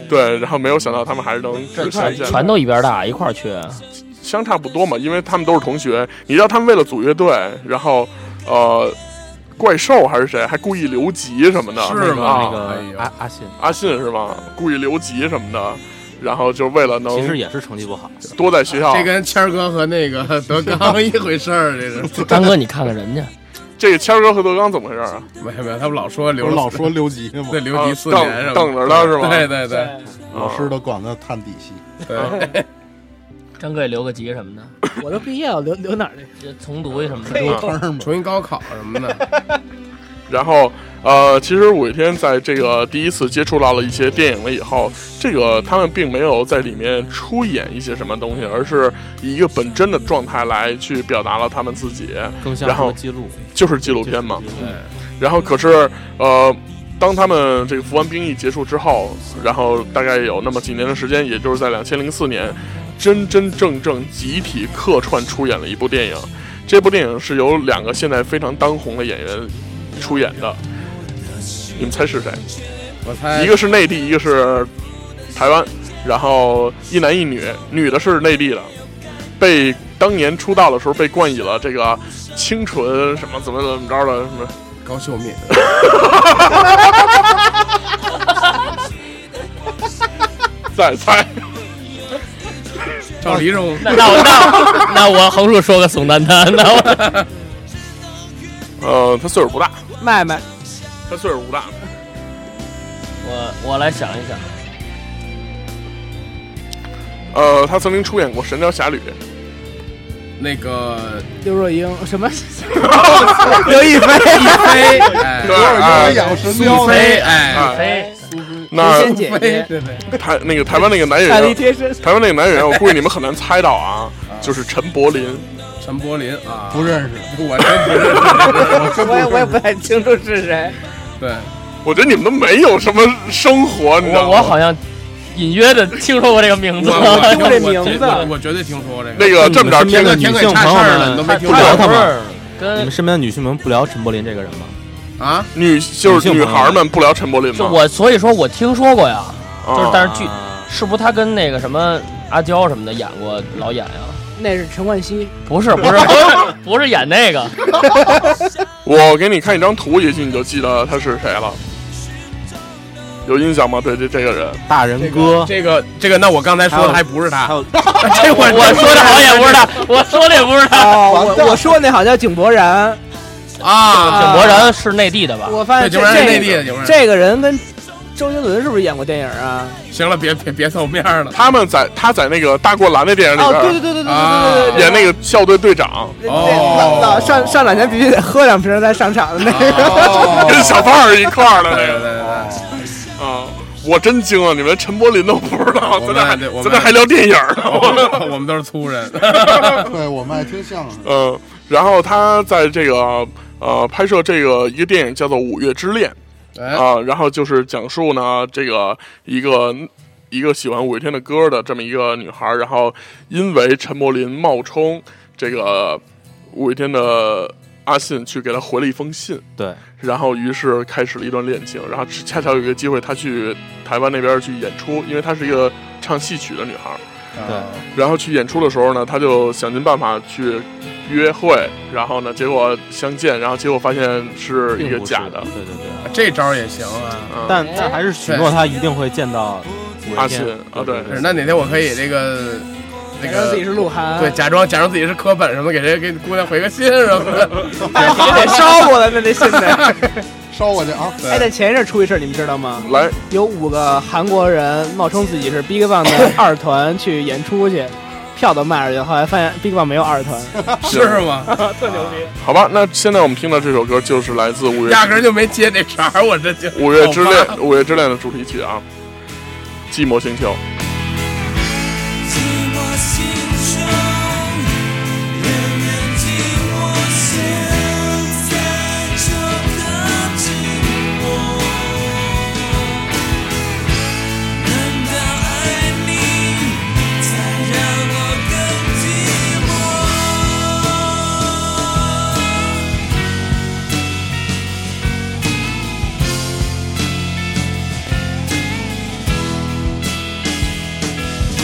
S1: 对，然后没有想到他们还是能
S3: 这
S1: 相见，
S4: 全都一边大，一块儿去。
S1: 相差不多嘛，因为他们都是同学。你知道他们为了组乐队，然后呃。怪兽还是谁，还故意留级什么的，
S3: 是吗
S1: 啊
S6: 那
S3: 哎
S6: 个
S3: 呦
S6: 阿阿信
S1: 阿信是吗？故意留级什么的，然后就为了能
S6: 其实也是成绩不好，
S1: 多在学校。 [laughs]
S3: 这跟谦儿哥和那个德刚一回事儿，这是
S4: 张哥，你看看人家，
S1: 这个谦儿哥和德刚怎么回事啊？
S3: 没有没有，他们老说
S5: 不
S3: 刘
S5: 是老
S1: [laughs]
S5: 说留级吗？
S3: 对留级四
S1: 啊
S3: 年什么的
S1: 瞪瞪着他是吗
S3: 对对对
S5: 老师都管他探底细。
S3: 对，
S4: 张哥也留个级什么的，
S7: 我都毕业了，留留哪儿去？
S4: 这重读什么
S7: 嘿
S4: 的。
S3: 重新高考什
S1: [laughs]
S3: 么的，
S1: 然后，呃，其实五月天在这个第一次接触到了一些电影了以后，这个他们并没有在里面出演一些什么东西，而是以一个本真的状态来去表达了他们自己，
S6: 更像
S1: 然
S6: 是
S1: 后
S6: 个记录
S1: 就是纪录片嘛。
S6: 就是
S1: 然后可是，呃，当他们这个服完兵役结束之后，然后大概有那么几年的时间，也就是在两千零四年，真真正正集体客串出演了一部电影。这部电影是由两个现在非常当红的演员出演的，你们猜是谁？
S3: 我猜
S1: 一个是内地，一个是台湾，然后一男一女，女的是内地的，被当年出道的时候被冠以了这个清纯什么怎么怎么着的什么。
S3: 高秀敏，
S1: [laughs] 再猜，
S3: 赵
S1: [laughs]
S3: 丽蓉，
S4: [laughs] 那那我那那我横竖说个怂蛋蛋，那我
S1: 呃，他岁数不大，
S7: 麦麦，
S1: 他岁数不大，
S4: 我我来想一想，
S1: 呃，他曾经出演过《神雕侠侣》，
S3: 那个
S7: 刘若英
S1: [laughs]
S7: 什么？
S3: 刘亦菲，
S7: [laughs]
S3: 亦菲，哎，
S1: 对啊
S5: 养神
S3: 苏
S5: 雕呢，
S3: 菲，哎，
S4: 哎，
S1: 那
S7: 仙姐姐，
S3: 对对，
S1: 台那个台湾那个男演
S7: 大力
S1: 员，
S7: 贴身。
S1: 台湾那个男演员，我估计你们很难猜到啊，就是陈柏霖。
S3: 陈柏霖啊，
S5: 不认识。
S3: 我真不认识，
S7: 我也我也不太清楚是谁。
S3: 对，
S1: 我觉得你们都没有什么生活，你知道
S4: 我
S1: 吗？
S4: 我好像隐约的听说过这个名字，
S3: 我我
S7: 听过这名字
S3: 我我绝对听说过这
S1: 那
S3: 个，
S1: 个这么着，
S6: 你们
S1: 听
S6: 身边的
S1: 着
S3: 天
S6: 女
S3: 可
S6: 性
S3: 差
S6: 朋友
S3: 事儿
S6: 们
S3: 了，你都没听
S6: 不
S3: 过
S6: 聊他们你
S4: 跟
S6: 们身边的女性们不聊陈柏霖这个人吗？
S3: 啊？
S1: 女就是女孩们不聊陈柏霖
S4: 就
S1: 吗？
S4: 我所以说我听说过呀，
S1: 啊
S4: 就是但是剧是不是他跟那个什么阿娇什么的演过老演呀？
S7: 那是陈
S1: [laughs]
S7: 冠希，
S4: 不是不是不是不是演那个，
S1: 我给你看一张图，也许你就记得他是谁了。有印象吗？对这这个人，
S6: 大人哥，
S3: 这个这个，那我刚才说的还不是他
S6: 还，有
S3: 这我
S4: 我说的好像也不是他，我说的也不是他。
S7: 哦，我我说那好像叫井柏然，
S3: 啊，
S4: 井柏然是内地的吧？
S7: 我发
S3: 对，
S7: 现
S3: 井
S7: 这
S3: 柏然是
S7: 这
S3: 内地的，井柏然。
S7: 这个人跟周杰伦是不是演过电影啊？
S3: 行了，别别别凑面儿了，
S1: 他们在他在那个《大过篮》的电影里
S7: 哦，对对
S1: 边
S7: 对对对对
S3: 啊
S7: 对对对，
S1: 演那个校队队长，
S7: 对
S3: 哦
S7: 老上上场前必须得喝两瓶再上场的那个。
S3: 哦
S1: 跟小胖儿一块儿的那
S3: 对对
S1: 个。
S3: 对对，
S1: 啊！我真惊了，你们陈柏霖都不知道，
S3: 我
S1: 咱
S3: 们
S1: 这还
S3: 对我们
S1: 咱这还聊电影呢。我
S3: 我们都是粗人，
S5: [laughs] 对，我们爱听相声。
S1: 嗯，然后他在这个呃拍摄这个一个电影叫做《五月之恋》
S3: 哎，
S1: 啊、然后就是讲述呢这个一个一个喜欢五月天的歌的这么一个女孩，然后因为陈柏霖冒充这个五月天的阿信去给他回了一封信，
S6: 对，
S1: 然后于是开始了一段恋情，然后恰巧有一个机会，她去台湾那边去演出，因为她是一个唱戏曲的女孩。
S6: 对
S1: 然后去演出的时候呢，她就想尽办法去约会，然后呢，结果相见，然后结果发现是一
S6: 并
S1: 个
S6: 不是
S1: 假的。
S6: 对对对。
S3: 这招儿也行啊。
S1: 嗯、
S6: 但但还是许诺他一定会见到五
S1: 阿
S6: 月
S1: 信
S6: 天
S1: 啊对
S3: 是，那哪天我可以这个那
S7: 假装自
S3: 个
S7: 己是啊鹿晗，
S3: 对，，假装假装自己是柯本什么，给谁给姑娘回个信什么的。
S7: 哎得烧过来那那
S1: [laughs]
S7: 信得。
S5: 烧我去啊！
S7: 哎，但前一阵出一事儿，你们知道吗？
S1: 来，
S7: 有五个韩国人冒充自己是 BigBang
S1: [laughs]
S7: 的二团去演出去，票都卖出去，后来发现 BigBang 没有二团，
S3: 是吗？
S7: [laughs] 特牛逼。
S1: 好吧，那现在我们听到这首歌就是来自五月
S3: 压根儿就没接这茬儿，我这就
S1: 五月之恋，五月之恋的主题曲啊，《寂寞星球》。
S2: 寂寞星球，人人寂寞，现在就更寂寞。难道爱你才让我更寂寞？寂寞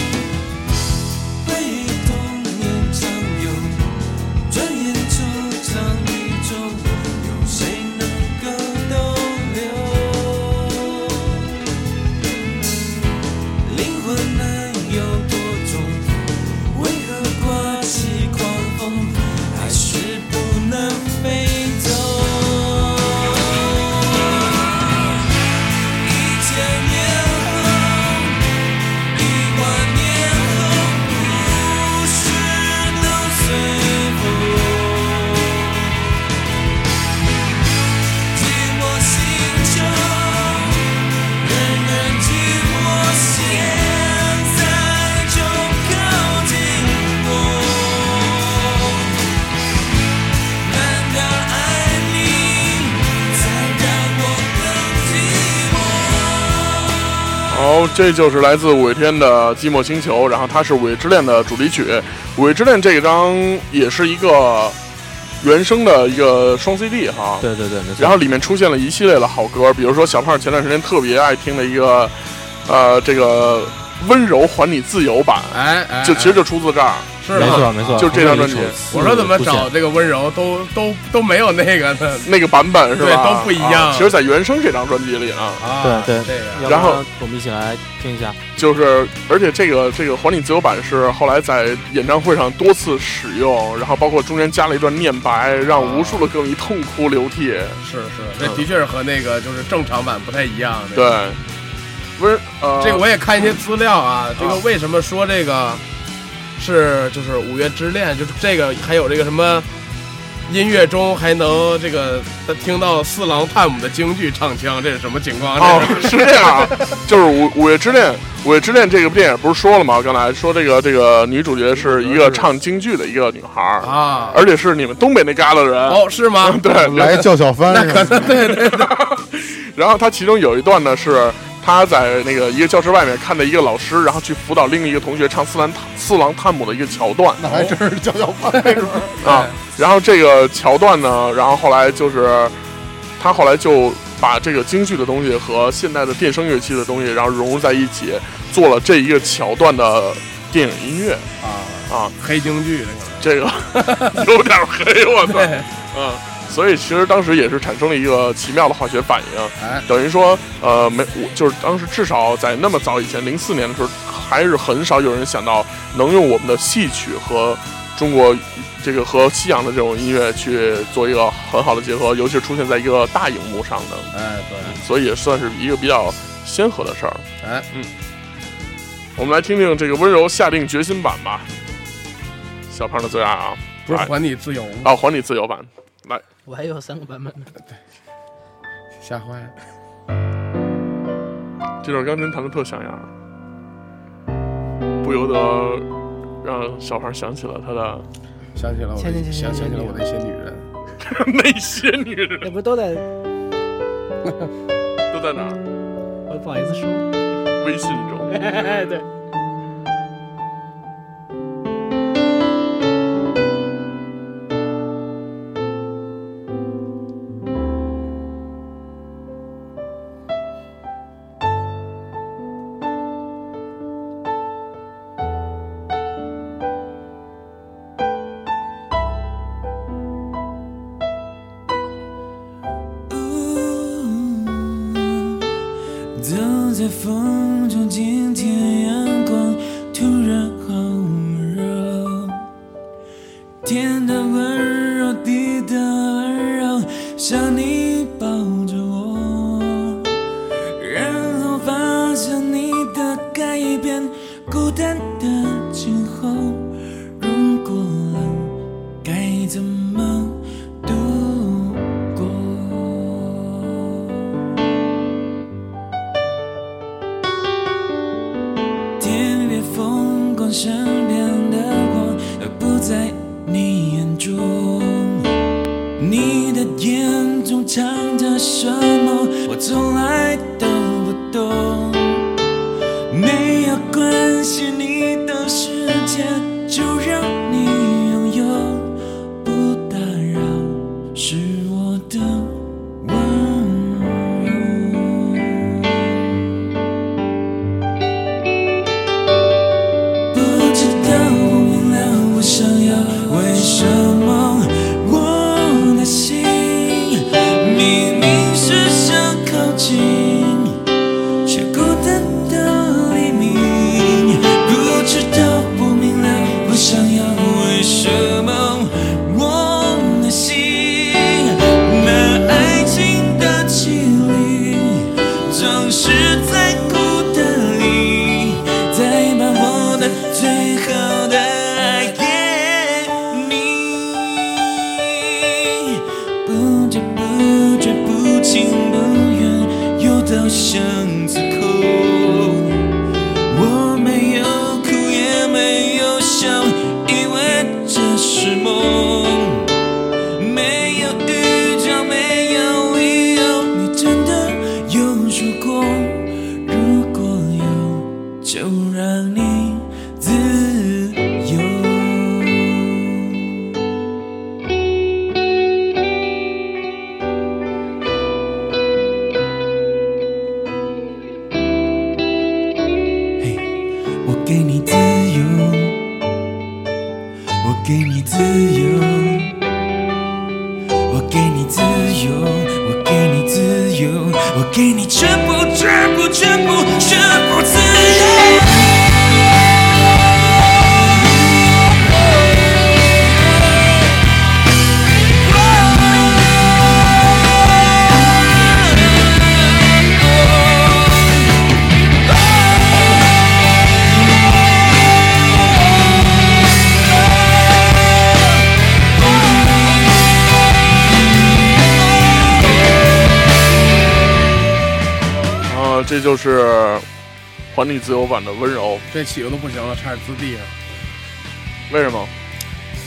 S1: 好，哦这就是来自五月天的《寂寞星球》，然后它是《五月之恋》的主题曲。《五月之恋》这一张也是一个原声的一个双 CD 哈，
S6: 对对对，没错。
S1: 然后里面出现了一系列的好歌，比如说小胖前段时间特别爱听的一个，呃，这个温柔还你自由版，
S3: 哎哎，
S1: 就其实就出自这儿。
S3: 是
S6: 没
S3: 吗？
S6: 错没错，
S1: 就这张专辑
S6: 不是一首
S3: 我说怎么
S6: 四
S3: 找这个温柔都都都没有那个呢
S1: 那个版本是
S3: 对
S1: 吧？
S3: 都不一样
S1: 啊其实，在原声这张专辑里呢，
S3: 啊？
S6: 对对
S3: 这样
S6: 要不
S1: 然后
S6: 然我们一起来听一下，
S1: 就是而且这个这个《还你自由版》是后来在演唱会上多次使用，然后包括中间加了一段念白，让无数的歌迷痛哭流涕。嗯
S3: 是是，这的确是和那个就是正常版不太一样。这个
S1: 对，不是呃，
S3: 这个我也看一些资料啊，这个为什么说这个是就是《五月之恋》，就是这个还有这个什么音乐中还能这个听到四郎探母的京剧唱腔，这是什么情况？
S1: 哦
S3: 这，是
S1: 是这样啊，就是五《五月之恋》，《五月之恋》这个电影不是说了吗？刚才说这个这个女主角是一个唱京剧的一个女孩儿，
S3: 啊，
S1: 而且是你们东北那旮旯人。
S3: 哦， [laughs] 是吗？
S1: 啊对，
S5: 来叫小帆是吧？
S1: 然后他其中有一段呢是他在那个一个教室外面看到一个老师，然后去辅导另一个同学唱四郎四郎探母的一个桥段哦
S5: 那还真是叫小帆是吧？
S1: [laughs] 啊。然后这个桥段呢，然后后来就是他后来就把这个京剧的东西和现代的电声乐器的东西，然后融入在一起，做了这一个桥段的电影音乐。
S5: 啊
S1: 啊
S3: 黑京剧这个。
S1: 这个 [laughs] 有点黑，我操，
S3: 啊
S1: 嗯。所以其实当时也是产生了一个奇妙的化学反应，
S5: 哎
S1: 等于说，呃，没，我就是当时至少在那么早以前，零四年的时候，还是很少有人想到能用我们的戏曲和中国这个和西洋的这种音乐去做一个很好的结合，尤其是出现在一个大荧幕上的，
S3: 哎，对，
S1: 所以也算是一个比较先河的事儿。
S3: 哎，
S1: 嗯，我们来听听这个温柔下定决心版吧，小胖的最爱啊，
S3: 不是
S1: 哎
S3: 还你自由吗？
S1: 啊，还你自由版。来，
S7: 我还有三个版本呢。
S3: 吓坏了！
S1: 这首钢琴弹的特像样，不由得让小胖想起了他的
S3: 想起了我
S7: 前
S3: 的，
S7: 前前
S3: 想
S7: 前
S3: 想起了我那些女人。
S1: [laughs] 那些女人
S7: 那不是都在？
S1: 都在哪儿？
S7: 我不好意思说。
S1: 微信中。
S7: [laughs] 对。
S11: 走在风中，今天阳光突然好温柔，天的温柔，地的温柔，像你抱着我，然后发现你的改变，孤单的今后，如果冷，该怎么度过？天边风光，身边的光都不在你眼中。你的眼中藏着什么？我从来都不懂。没有关系，你的世界就让你拥有，不打扰是我的温柔。不知道，不明了，我想要为什么我的心明明是想靠近，却孤单到黎明。不知道，不明了，我想要为什么我的心那爱情的绮丽。总是在孤单里，再把我的最好的爱给你。不知不觉，不情不愿，又到巷子口。我没有哭，也没有笑，因为这是梦。没有预兆，没有理由，你真的有说过，如果有。
S2: 就让你自由。嘿，我给你自由，我给你自由。我给你自由，我给你自由，我给你全部，全部，全部，全部自由。
S1: 啊，这就是《还你自由版》的温柔。
S3: 这起的都不行了，差点自闭了。啊
S1: 为什么？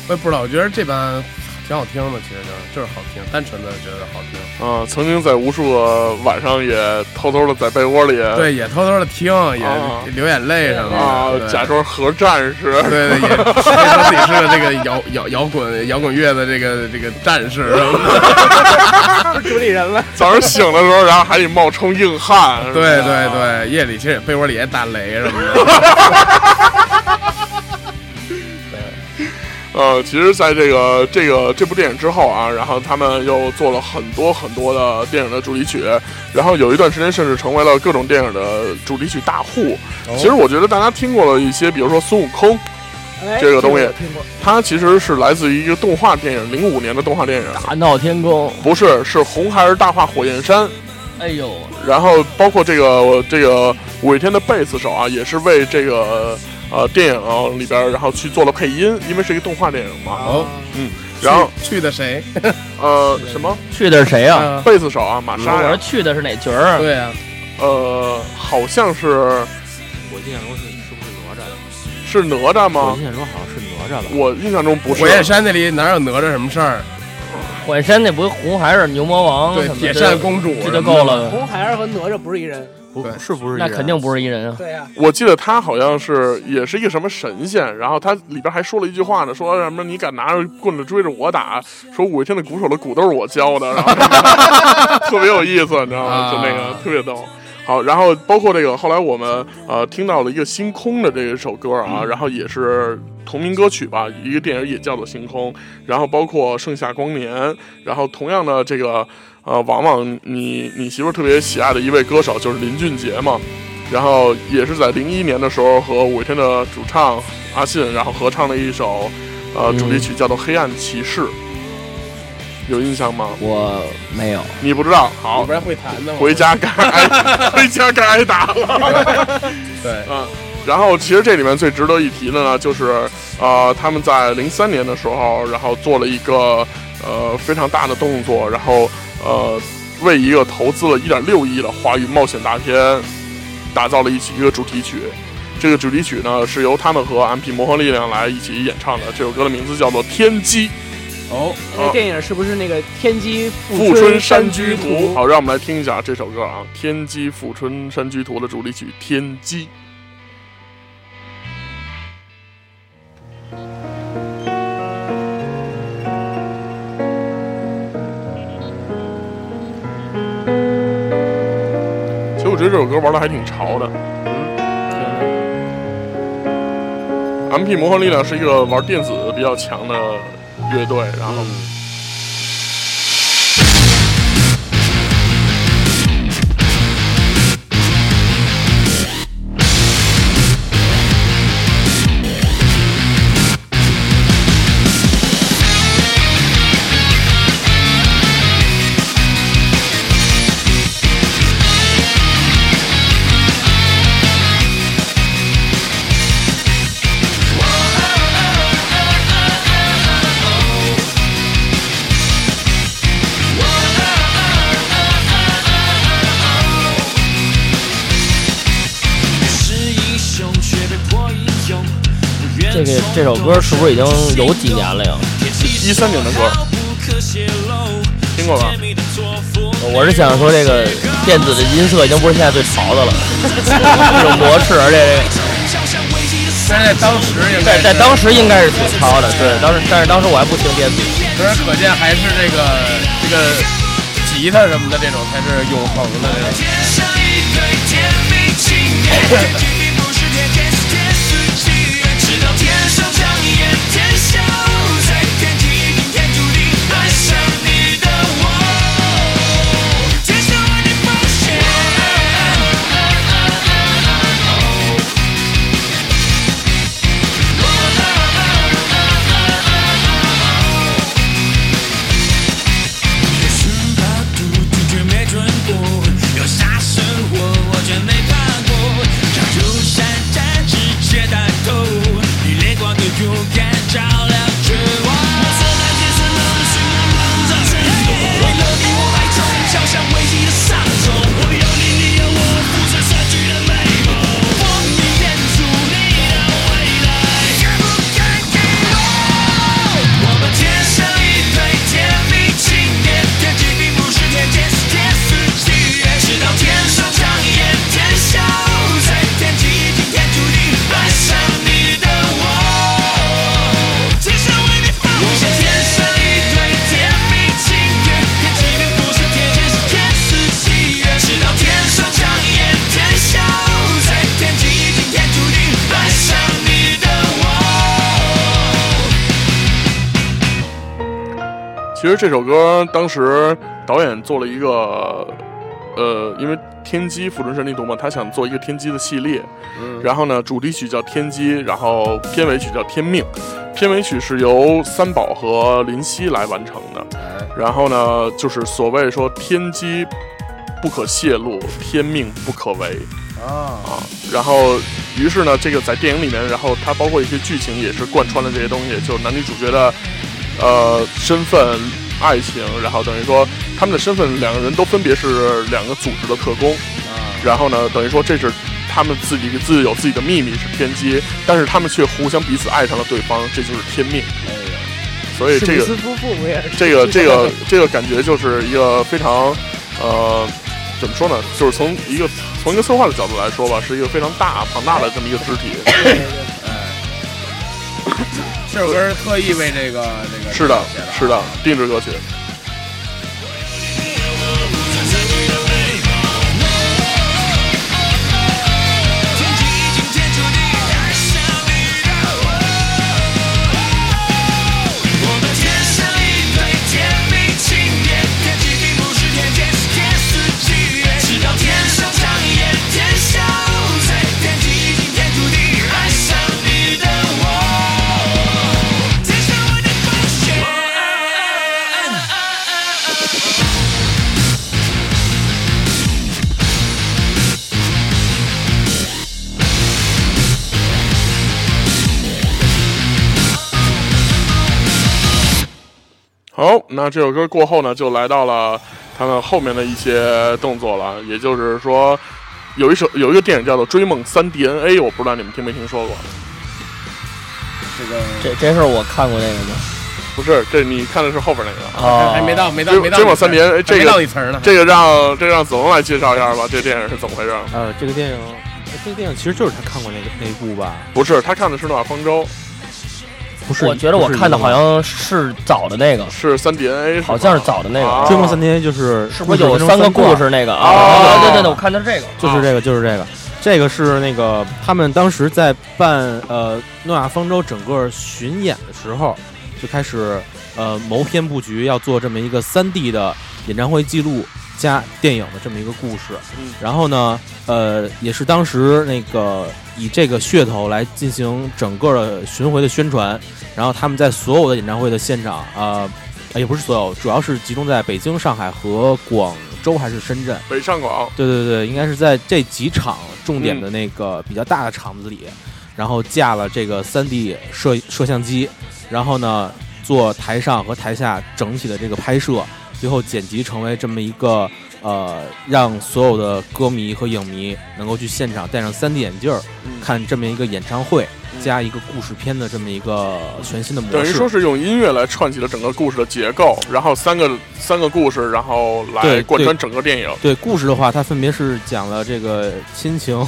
S3: 我也不知道，我觉得这版挺好听的，其实就是就是好听，单纯的觉得好听。
S1: 啊，曾经在无数个晚上也偷偷的在被窝里
S3: 对，也偷偷的听，也
S1: 啊
S3: 流眼泪什么的，
S1: 啊
S3: 对，
S1: 假装核战士。
S3: 对对，也也说自己是个这个摇摇摇滚摇滚乐的这个这个战士什么的。
S7: 主理人了，
S1: [laughs] 早上醒的时候，然后还得冒充硬汉。是吧
S3: 对对，对，夜里其实也被窝里也打雷什么的。
S1: 呃，其实，在这个这个这部电影之后啊，然后他们又做了很多很多的电影的主题曲，然后有一段时间甚至成为了各种电影的主题曲大户。
S4: 哦
S1: 其实我觉得大家听过了一些，比如说孙悟空，
S7: 哎
S1: 这个东西
S7: 我听过，
S1: 它其实是来自于一个动画电影，零五年的动画电影，
S4: 大闹天宫，
S1: 不是是红孩儿大话火焰山。
S4: 哎呦，
S1: 然后包括这个这个五月天的贝斯手啊，也是为这个呃电影、里边儿，然后去做了配音，因为是一个动画电影嘛。嗯
S3: 哦，
S1: 然后
S3: 去去的谁？
S1: 呃什么
S4: 去的是谁呀、
S3: 啊
S7: 嗯
S1: 贝斯手啊，玛
S4: 我
S1: 莎
S4: 说
S1: 呀，
S4: 去的是哪角儿？
S3: 对啊，
S1: 呃好像是
S6: 我印象中是是不是哪吒？
S1: 是哪吒
S6: 我
S1: 吗？
S6: 印象中好像是哪吒吧？
S1: 我印象中不是
S3: 火。焰山那里哪有哪吒什么事儿？
S4: 火焰山那不是红孩儿、牛魔王
S3: 对
S4: 什，么
S3: 铁
S4: 的，
S3: 扇公主
S4: 这就够了，
S7: 红孩儿和哪吒不是一人。
S6: 不
S3: 对
S6: 是不是一
S4: 那
S6: 人？
S4: 肯定不是一人啊。
S7: 对呀、
S1: 我记得他好像是也是一个什么神仙，然后他里边还说了一句话呢，说什么你敢拿着棍子追着我打，说五月天的鼓手的鼓都是我教的，然后 [laughs] 特别有意思，你知道吗？
S3: 啊
S1: 就那个特别逗。好，然后包括这个，后来我们呃听到了一个《星空》的这一首歌啊，然后也是同名歌曲吧，一个电影也叫做《星空》，然后包括《盛夏光年》，然后同样的这个呃，往往你你媳妇儿特别喜爱的一位歌手就是林俊杰嘛，然后也是在零一年的时候和五月天的主唱阿信，然后合唱了一首呃主题曲，叫做《黑暗骑士》，有印象吗？
S4: 我没有，
S1: 你不知道，
S3: 你
S1: 好
S3: 不，然会弹的吗？
S1: 回
S3: [laughs]
S1: 家该挨
S6: [laughs]
S1: 回家该 [laughs] 挨打了。
S3: 对，
S1: 然后其实这里面最值得一提的呢，就是呃他们在零三年的时候，然后做了一个呃非常大的动作，然后呃为一个投资了一点六亿的华语冒险大片，打造了一起一个主题曲。这个主题曲呢是由他们和 MP 魔幻力量来一起演唱的，这首歌的名字叫做《天机》。啊
S3: 哦，
S7: 那个电影是不是那个《天机
S1: 富
S7: 富
S1: 春山
S7: 山
S1: 居
S7: 图》
S1: 图。好，让我们来听一下这首歌啊，《天机富春山居图》的主题曲《天机》。其实我觉得这首歌玩的还挺潮的。M P 魔幻力量是一个玩电子比较强的乐队，然后
S7: 嗯
S4: 这个这首歌是不是已经有几年了呀？
S1: 一三年的歌，听过吧？
S4: 我是想说，这个电子的音色已经不是现在最潮的了，这种模式，而且
S3: 但是在当时应该是
S4: 在在当时应该是挺潮的，对，当时但是当时我还不听电子，
S3: 可是可见还是这个这个吉他什么的这种才是永恒的这种。
S2: 勇敢照亮绝望。我走在夜色冷的寻梦路上，为了你我爱冲，敲响危机的丧钟。我有你，你有我，不曾散去的美梦。光明变出你的未来，敢不敢给我？我们天生一对甜蜜青年，天机并不是天天是天时地利，直到天上长眼天笑在天机已经天注定，爱上你的我。今生为你放我想天生一对甜蜜情缘，天气并不是天天是天时地缘，直到天上长眼天笑在天际已经天注定，爱上你的我。
S1: 其实这首歌当时导演做了一个，呃，因为天机《复仇神力图》嘛，他想做一个天机的系列，然后呢，主题曲叫《天机》，然后片尾曲叫《天命》，片尾曲是由三宝和林夕来完成的。然后呢，就是所谓说天机不可泄露，天命不可违。
S5: 啊，
S1: 啊，然后于是呢，这个在电影里面，然后它包括一些剧情也是贯穿了这些东西，就是男女主角的呃身份、爱情，然后等于说他们的身份，两个人都分别是两个组织的特工，
S3: 啊
S1: 然后呢，等于说这是他们自己自有自己的秘密是天机，但是他们却互相彼此爱上了对方，这就是天命。所以这个
S4: 夫妇不也是
S1: 这
S7: [laughs]
S1: 个这个这个感觉就是一个非常，呃，怎么说呢？就是从一个从一个策划的角度来说吧，是一个非常大庞大的这么一个肢体。
S3: 这首歌是特意为这个这个
S1: 是的
S3: 写，
S1: 是的，定制歌曲。
S2: 天机已经天注定，爱上你的我。我们天生一对甜蜜青年，天机并不是天天是天时地利，直到天上长眼天笑在天机已经天注定，爱上你的我。天生我的风险。
S1: 好，那这首歌过后呢，就来到了他们后面的一些动作了，也就是说。有一首有一个电影叫做《追梦三 DNA》，我不知道你们听没听说过？
S3: 这个
S4: 这这是我看过那个吗？
S1: 不是，这你看的是后边那个。
S4: 哦，
S3: 还没到没到
S1: 追
S3: 没到
S1: 追
S3: 你
S1: 梦
S3: 词儿
S1: 三年哎这
S3: 还
S1: 个
S3: 没到你词儿呢，
S1: 这个让这个让子龙来介绍一下吧，这电影是怎么回事？
S6: 呃，这个电影，呃这个电影其实就是他看过那个那一部吧？
S1: 不是，他看的是《诺亚方舟》，
S6: 不是，
S4: 我觉得我
S6: 不是
S4: 看的
S6: 一个
S4: 好像是早的那个，
S1: 是三 DNA，
S4: 好像是早的那
S1: 啊
S4: 个，
S6: 追梦三天就是
S4: 是不是有
S6: 50分钟
S4: 三个
S6: 段
S4: 故？事那个
S1: 哦
S4: 啊？对对对，我看的是这个，啊
S6: 就是这个，就是这个，这个是那个他们当时在办呃诺亚方舟整个巡演的时候，就开始呃谋篇布局，要做这么一个三 D 的演唱会记录加电影的这么一个故事。
S1: 嗯
S6: 然后呢，呃，也是当时那个以这个噱头来进行整个的巡回的宣传。然后他们在所有的演唱会的现场啊、呃，也不是所有，主要是集中在北京、上海和广州还是深圳。
S1: 北上广。
S6: 对对对，应该是在这几场重点的那个比较大的场子里，然后架了这个三 D 摄摄像机，然后呢做台上和台下整体的这个拍摄，最后剪辑成为这么一个呃，让所有的歌迷和影迷能够去现场戴上 3D 眼镜儿
S4: 嗯
S6: 看这么一个演唱会，加一个故事片的这么一个全新的模
S1: 等于
S6: 式。
S1: 说是用音乐来串起了整个故事的结构，然后三个三个故事，然后来
S6: 对
S1: 贯穿
S6: 对
S1: 整个电影。
S6: 对故事的话，它分别是讲了这个亲情，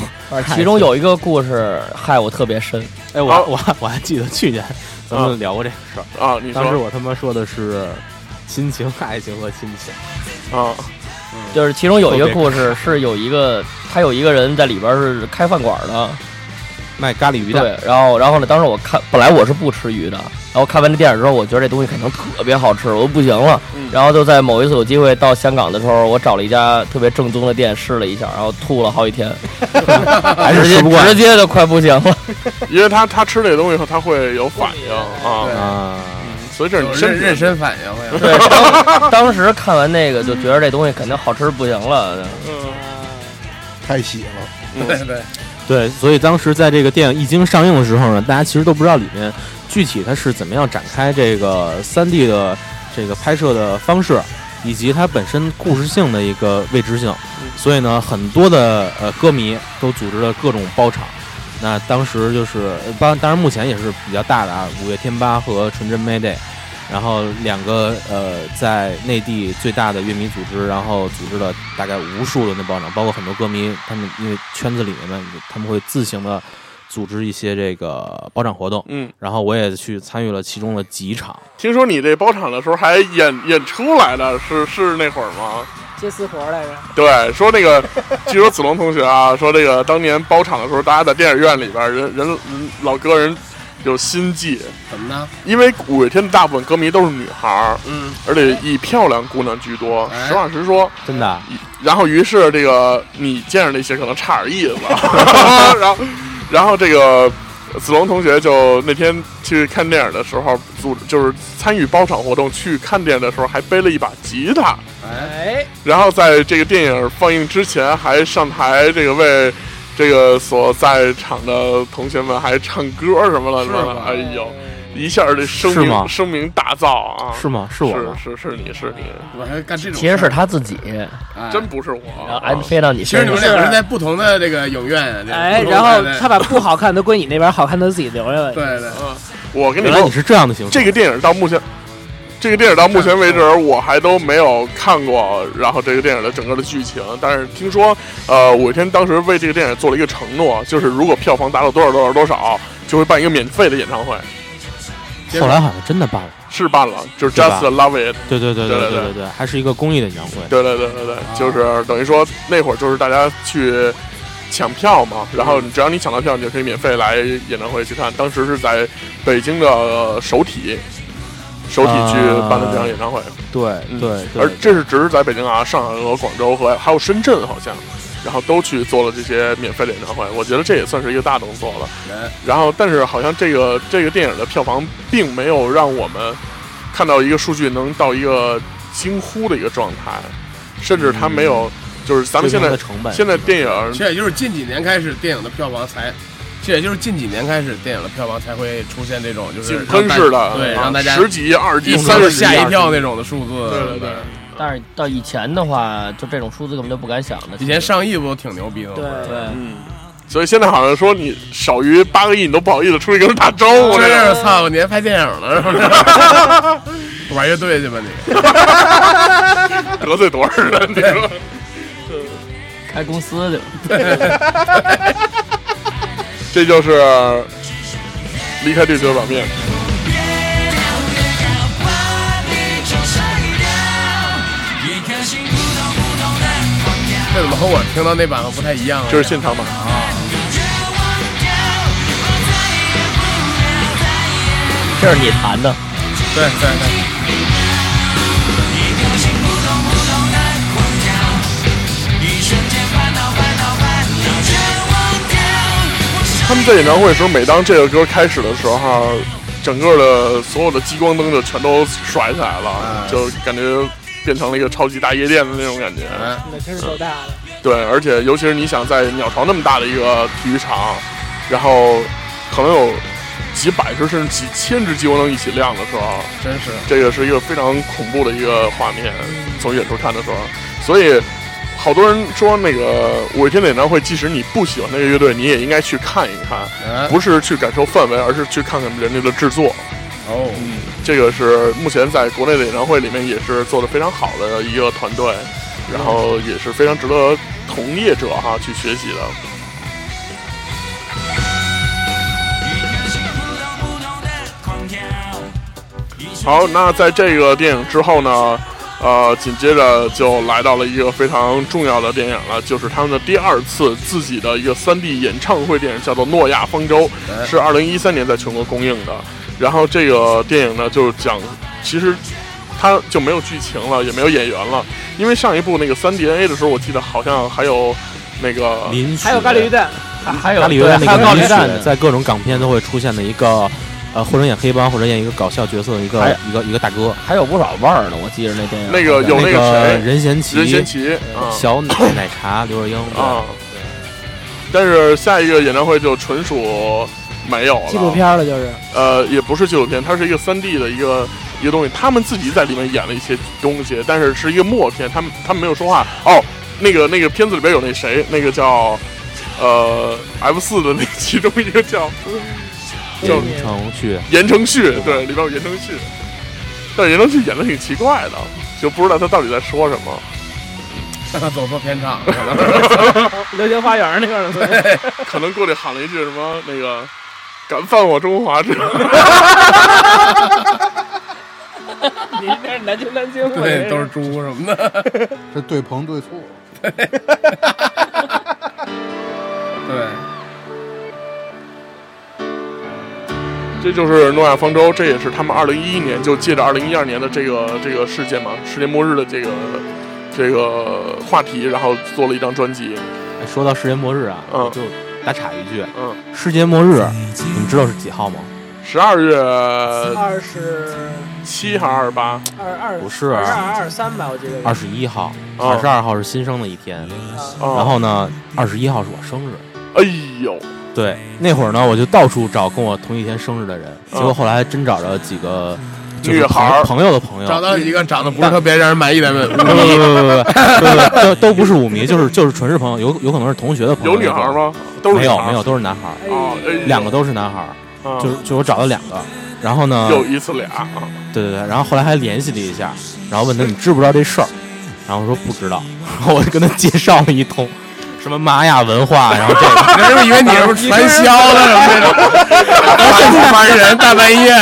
S4: 其中有一个故事害我特别深，
S6: 哎，我
S1: 好
S6: 我还我还记得去年咱们聊过这个事儿，
S1: 啊，你
S6: 当时
S1: 说
S6: 我他妈说的是亲情、 [laughs] 爱情和亲情。嗯
S1: 啊，
S4: 就是其中有一个
S6: 特别
S4: 故事是有一个他有一个人在里边是开饭馆的，
S6: 卖咖喱鱼蛋，
S4: 对，然后然后呢，当时我看本来我是不吃鱼的，然后看完这电影之后，我觉得这东西肯定特别好吃，我不行了
S1: 嗯。
S4: 然后就在某一次有机会到香港的时候，我找了一家特别正宗的店试了一下，然后吐了好几天，
S6: 还是
S4: 直接
S6: 吃不惯
S4: 直接就快不行了。
S1: [laughs] 因为他他吃这个东西以后，他会有反应啊，
S6: 啊。
S1: 所以这是你
S3: 有
S1: 身
S3: 认认
S1: 体。
S3: 真反应会。
S4: 对，当当时看完那个就觉得这东西肯定好吃不行了。
S1: 嗯
S5: 太喜了。
S6: 嗯
S3: 对对，
S6: 对，所以当时在这个电影一经上映的时候呢，大家其实都不知道里面具体它是怎么样展开这个三 D 的这个拍摄的方式，以及它本身故事性的一个未知性。
S1: 嗯
S6: 所以呢，很多的呃歌迷都组织了各种包场。那当时就是，呃当当然目前也是比较大的啊，五月天吧和纯真 Mayday，然后两个呃在内地最大的乐迷组织，然后组织了大概无数轮的包场，包括很多歌迷，他们因为圈子里面嘛，他们会自行的组织一些这个包场活动，
S1: 嗯，
S6: 然后我也去参与了其中的几场。
S1: 听说你这包场的时候还演演出来的，是是那会儿吗？
S7: 接私活来着，
S1: [laughs] 对，说那个，据说子龙同学啊，说这个当年包场的时候，大家在电影院里边儿，人人人老哥人有心计，
S3: 怎么呢？
S1: 因为五月天的大部分歌迷都是女孩儿，
S3: 嗯，
S1: 而且以漂亮姑娘居多。
S3: 哎
S1: 实话实说，
S6: 真的啊，
S1: 然后于是这个你见着那些可能差点意
S3: [laughs]
S1: 思，然后然后这个子龙同学就那天去看电影的时候，组就是参与包场活动去看电影的时候，还背了一把吉他，
S3: 哎，
S7: 哎，
S1: 然后在这个电影放映之前还上台这个为。这个所在场的同学们还唱歌什么了，
S3: 是
S1: 吧
S3: 吧
S1: 哎呦，一下这声
S6: 是吗
S1: 名声名大噪啊！
S6: 是吗？是我吗？
S1: 是是是你是你，
S3: 我还干这种事儿，
S4: 其实是他自己，
S3: 哎
S1: 真不是我。
S4: 然后
S1: 啊
S4: 安飞到你
S3: 其实
S4: 身
S3: 你们。
S4: 上
S3: 两个人在不同的这个影院啊，这个
S7: 哎，
S3: 不同
S7: 然
S3: 的
S7: 后
S3: 这
S7: 他把不好看的归你那边，好看的自己留下来。
S3: 对对，
S1: 呃我跟你
S6: 原来
S1: 说
S6: 你，是这样的形式。
S1: 这个电影到目前，这个电影到目前为止我还都没有看过，然后这个电影的整个的剧情，但是听说，呃，五月天当时为这个电影做了一个承诺，就是如果票房达到多少多少多少，就会办一个免费的演唱会，
S6: 后来好像真的办了。
S1: 是办了，就是
S6: 是吧
S1: Just Love It，
S6: 对对对
S1: 对
S6: 对
S1: 对
S6: 对对，还是一个公益的演唱会。
S1: 对对对对
S6: 啊
S1: 对，就是等于说那会儿就是大家去。抢票嘛，
S6: 嗯
S1: 然后只要你抢到票，你就可以免费来演唱会去看。当时是在北京的呃首体，首体去办的这场演唱会。
S6: 对
S1: 嗯
S6: 对对，
S1: 而这是只是在北京啊、上海和广州和还有深圳好像，然后都去做了这些免费的演唱会，我觉得这也算是一个大动作了。
S3: 人
S1: 然后，但是好像这个这个电影的票房并没有让我们看到一个数据能到一个惊呼的一个状态，甚至它没有，就是咱们现
S6: 最
S1: 在
S6: 终嗯的成本，
S1: 现在电
S3: 其
S1: 影
S3: 实也就是近几年开始电影的票房才，其实也就是近几年开始电影的票房才会出现这种就是
S1: 井喷式的，
S3: 对，
S1: 啊
S3: 让大家
S1: 十几、二十几、
S3: 一
S1: 三
S3: 三
S1: 十
S3: 十
S1: 几
S3: 吓一跳那种的数字。
S1: 对对对。
S4: 但是到以前的话，就这种数字根本就不敢想的。
S3: 以前上亿不挺牛逼的吗？
S7: 对
S4: 对，
S1: 嗯，所以现在好像说你少于八个亿，你都不好意思出去跟人打招呼
S3: 我
S1: 这
S3: 这
S1: 种。
S3: 是操，你还拍电影了是 [laughs]
S1: [laughs]
S3: 不是？玩乐队去吧你！
S1: 得罪多少人？你说
S4: 开公司的。
S1: [laughs] 这就是离开地球表面。
S3: 这怎么和我听到那版不太一样啊？
S1: 这是现场版。
S4: 这是你弹的，
S3: 对对对，
S1: 他们在演唱会的时候，每当这个歌开始的时候，整个的所有的激光灯就全都甩起来了，就感觉变成了一个超级大夜店的那种感觉。
S3: 嗯
S7: 那真是够大的。
S1: 对，而且尤其是你想在鸟巢那么大的一个体育场，然后可能有几百只甚至几千只激光灯一起亮的时候，
S3: 真是
S1: 这个是一个非常恐怖的一个画面，从远处看的时候，所以好多人说那个五月天的演唱会，即使你不喜欢那个乐队，你也应该去看一看，
S3: 嗯
S1: 不是去感受氛围，而是去看看人家的制作。
S3: 哦，
S1: 嗯，这个是目前在国内的演唱会里面也是做的非常好的一个团队，然后也是非常值得从业者哈去学习的。好，那在这个电影之后呢，呃，紧接着就来到了一个非常重要的电影了，就是他们的第二次自己的一个 3D 演唱会电影，叫做《诺亚方舟》，是2013年在全国公映的。然后这个电影呢，就是讲，其实它就没有剧情了，也没有演员了，因为上一部那个 3DNA 的时候，我记得好像还有那个
S6: 林
S7: 还有咖喱鱼蛋，
S4: 还有
S6: 咖喱油在
S4: 对还有
S6: 那个
S4: 高
S6: 林
S4: 丽
S6: 蛋，在各种港片都会出现的一个，呃，或者演黑帮，或者演一个搞笑角色的一
S4: 还
S6: 个一个一个大哥，
S4: 还有不少腕儿呢，我记着那电影。
S1: 那个有那
S6: 那
S1: 个谁
S6: 任贤齐、呃
S1: 任贤齐啊
S6: 小
S1: [laughs]
S6: 奶奶茶、刘若英
S1: 啊，但是下一个演唱会就纯属没有了，
S7: 纪录片了
S3: [laughs]
S7: 就是。
S1: 呃，也不是纪录片，它是一个三 D 的一个一个东西，他们自己在里面演了一些东西，但是是一个默片，他们他们没有说话。哦，那个那个片子里边有那谁，那个叫呃 F 四的那其中一个叫 [laughs] 叫
S6: 对程序。
S1: 言承旭，对，里边有言承旭，但是言承旭演的挺奇怪的，就不知道他到底在说什么。
S3: 走错片场了，
S7: [laughs] 流星花园那块儿的，
S1: [laughs] 可能过去喊了一句什么那个“敢犯我中华之”，
S7: [laughs] 你那是南京南京
S3: 对，都是猪什么的，
S5: [laughs] 这对棚对错，
S3: 对，
S1: 这就是诺亚方舟，这也是他们二零一一年就借着二零一二年的这个这个事件嘛，世界末日的这个这个话题，然后做了一张专辑。
S6: 说到世界末日啊，
S1: 嗯
S6: 我就打岔一句，
S1: 嗯，
S6: 世界末日，你们知道是几号吗？
S1: 十二月
S7: [laughs] 二十
S1: 七还是二十八？
S7: 二二
S6: 不是
S7: 二二二三吧，我记得
S6: 二十一号，
S1: 哦
S6: 二十二号是新生的一天，
S7: 啊
S6: 然
S1: 然，
S6: 后呢，二十一号是我生日。
S1: 哎呦，
S6: 对，那会儿呢，我就到处找跟我同一天生日的人，结果后来还真找着几个就
S1: 嗯
S6: 是
S1: 女孩儿
S6: 朋朋友的朋友，
S3: 找到一个长得不是特别让人满意的人，
S6: 不不不不
S1: 嗯
S3: [laughs]
S6: 不不，都都不是舞迷，就是就是纯是朋友，有有可能是同学的朋友。
S1: 有女孩？吗？啊都是
S6: 没
S1: 女
S6: 有
S1: 孩
S6: 没有，都是男孩儿，
S1: 啊，哎呦
S6: 两个都是男孩儿，
S1: 啊
S6: 就是就我找了两个，然后呢，
S1: 又一次俩啊
S6: 对对对，然后后来还联系了一下，然后问他你知不知道这事儿，然后我说不知道，然后我就跟他介绍了一通，什么玛雅文化，然后这个。
S3: 人是不是以为你是不是传销的什么这种，烦不烦人？大半
S7: [laughs]
S3: 夜，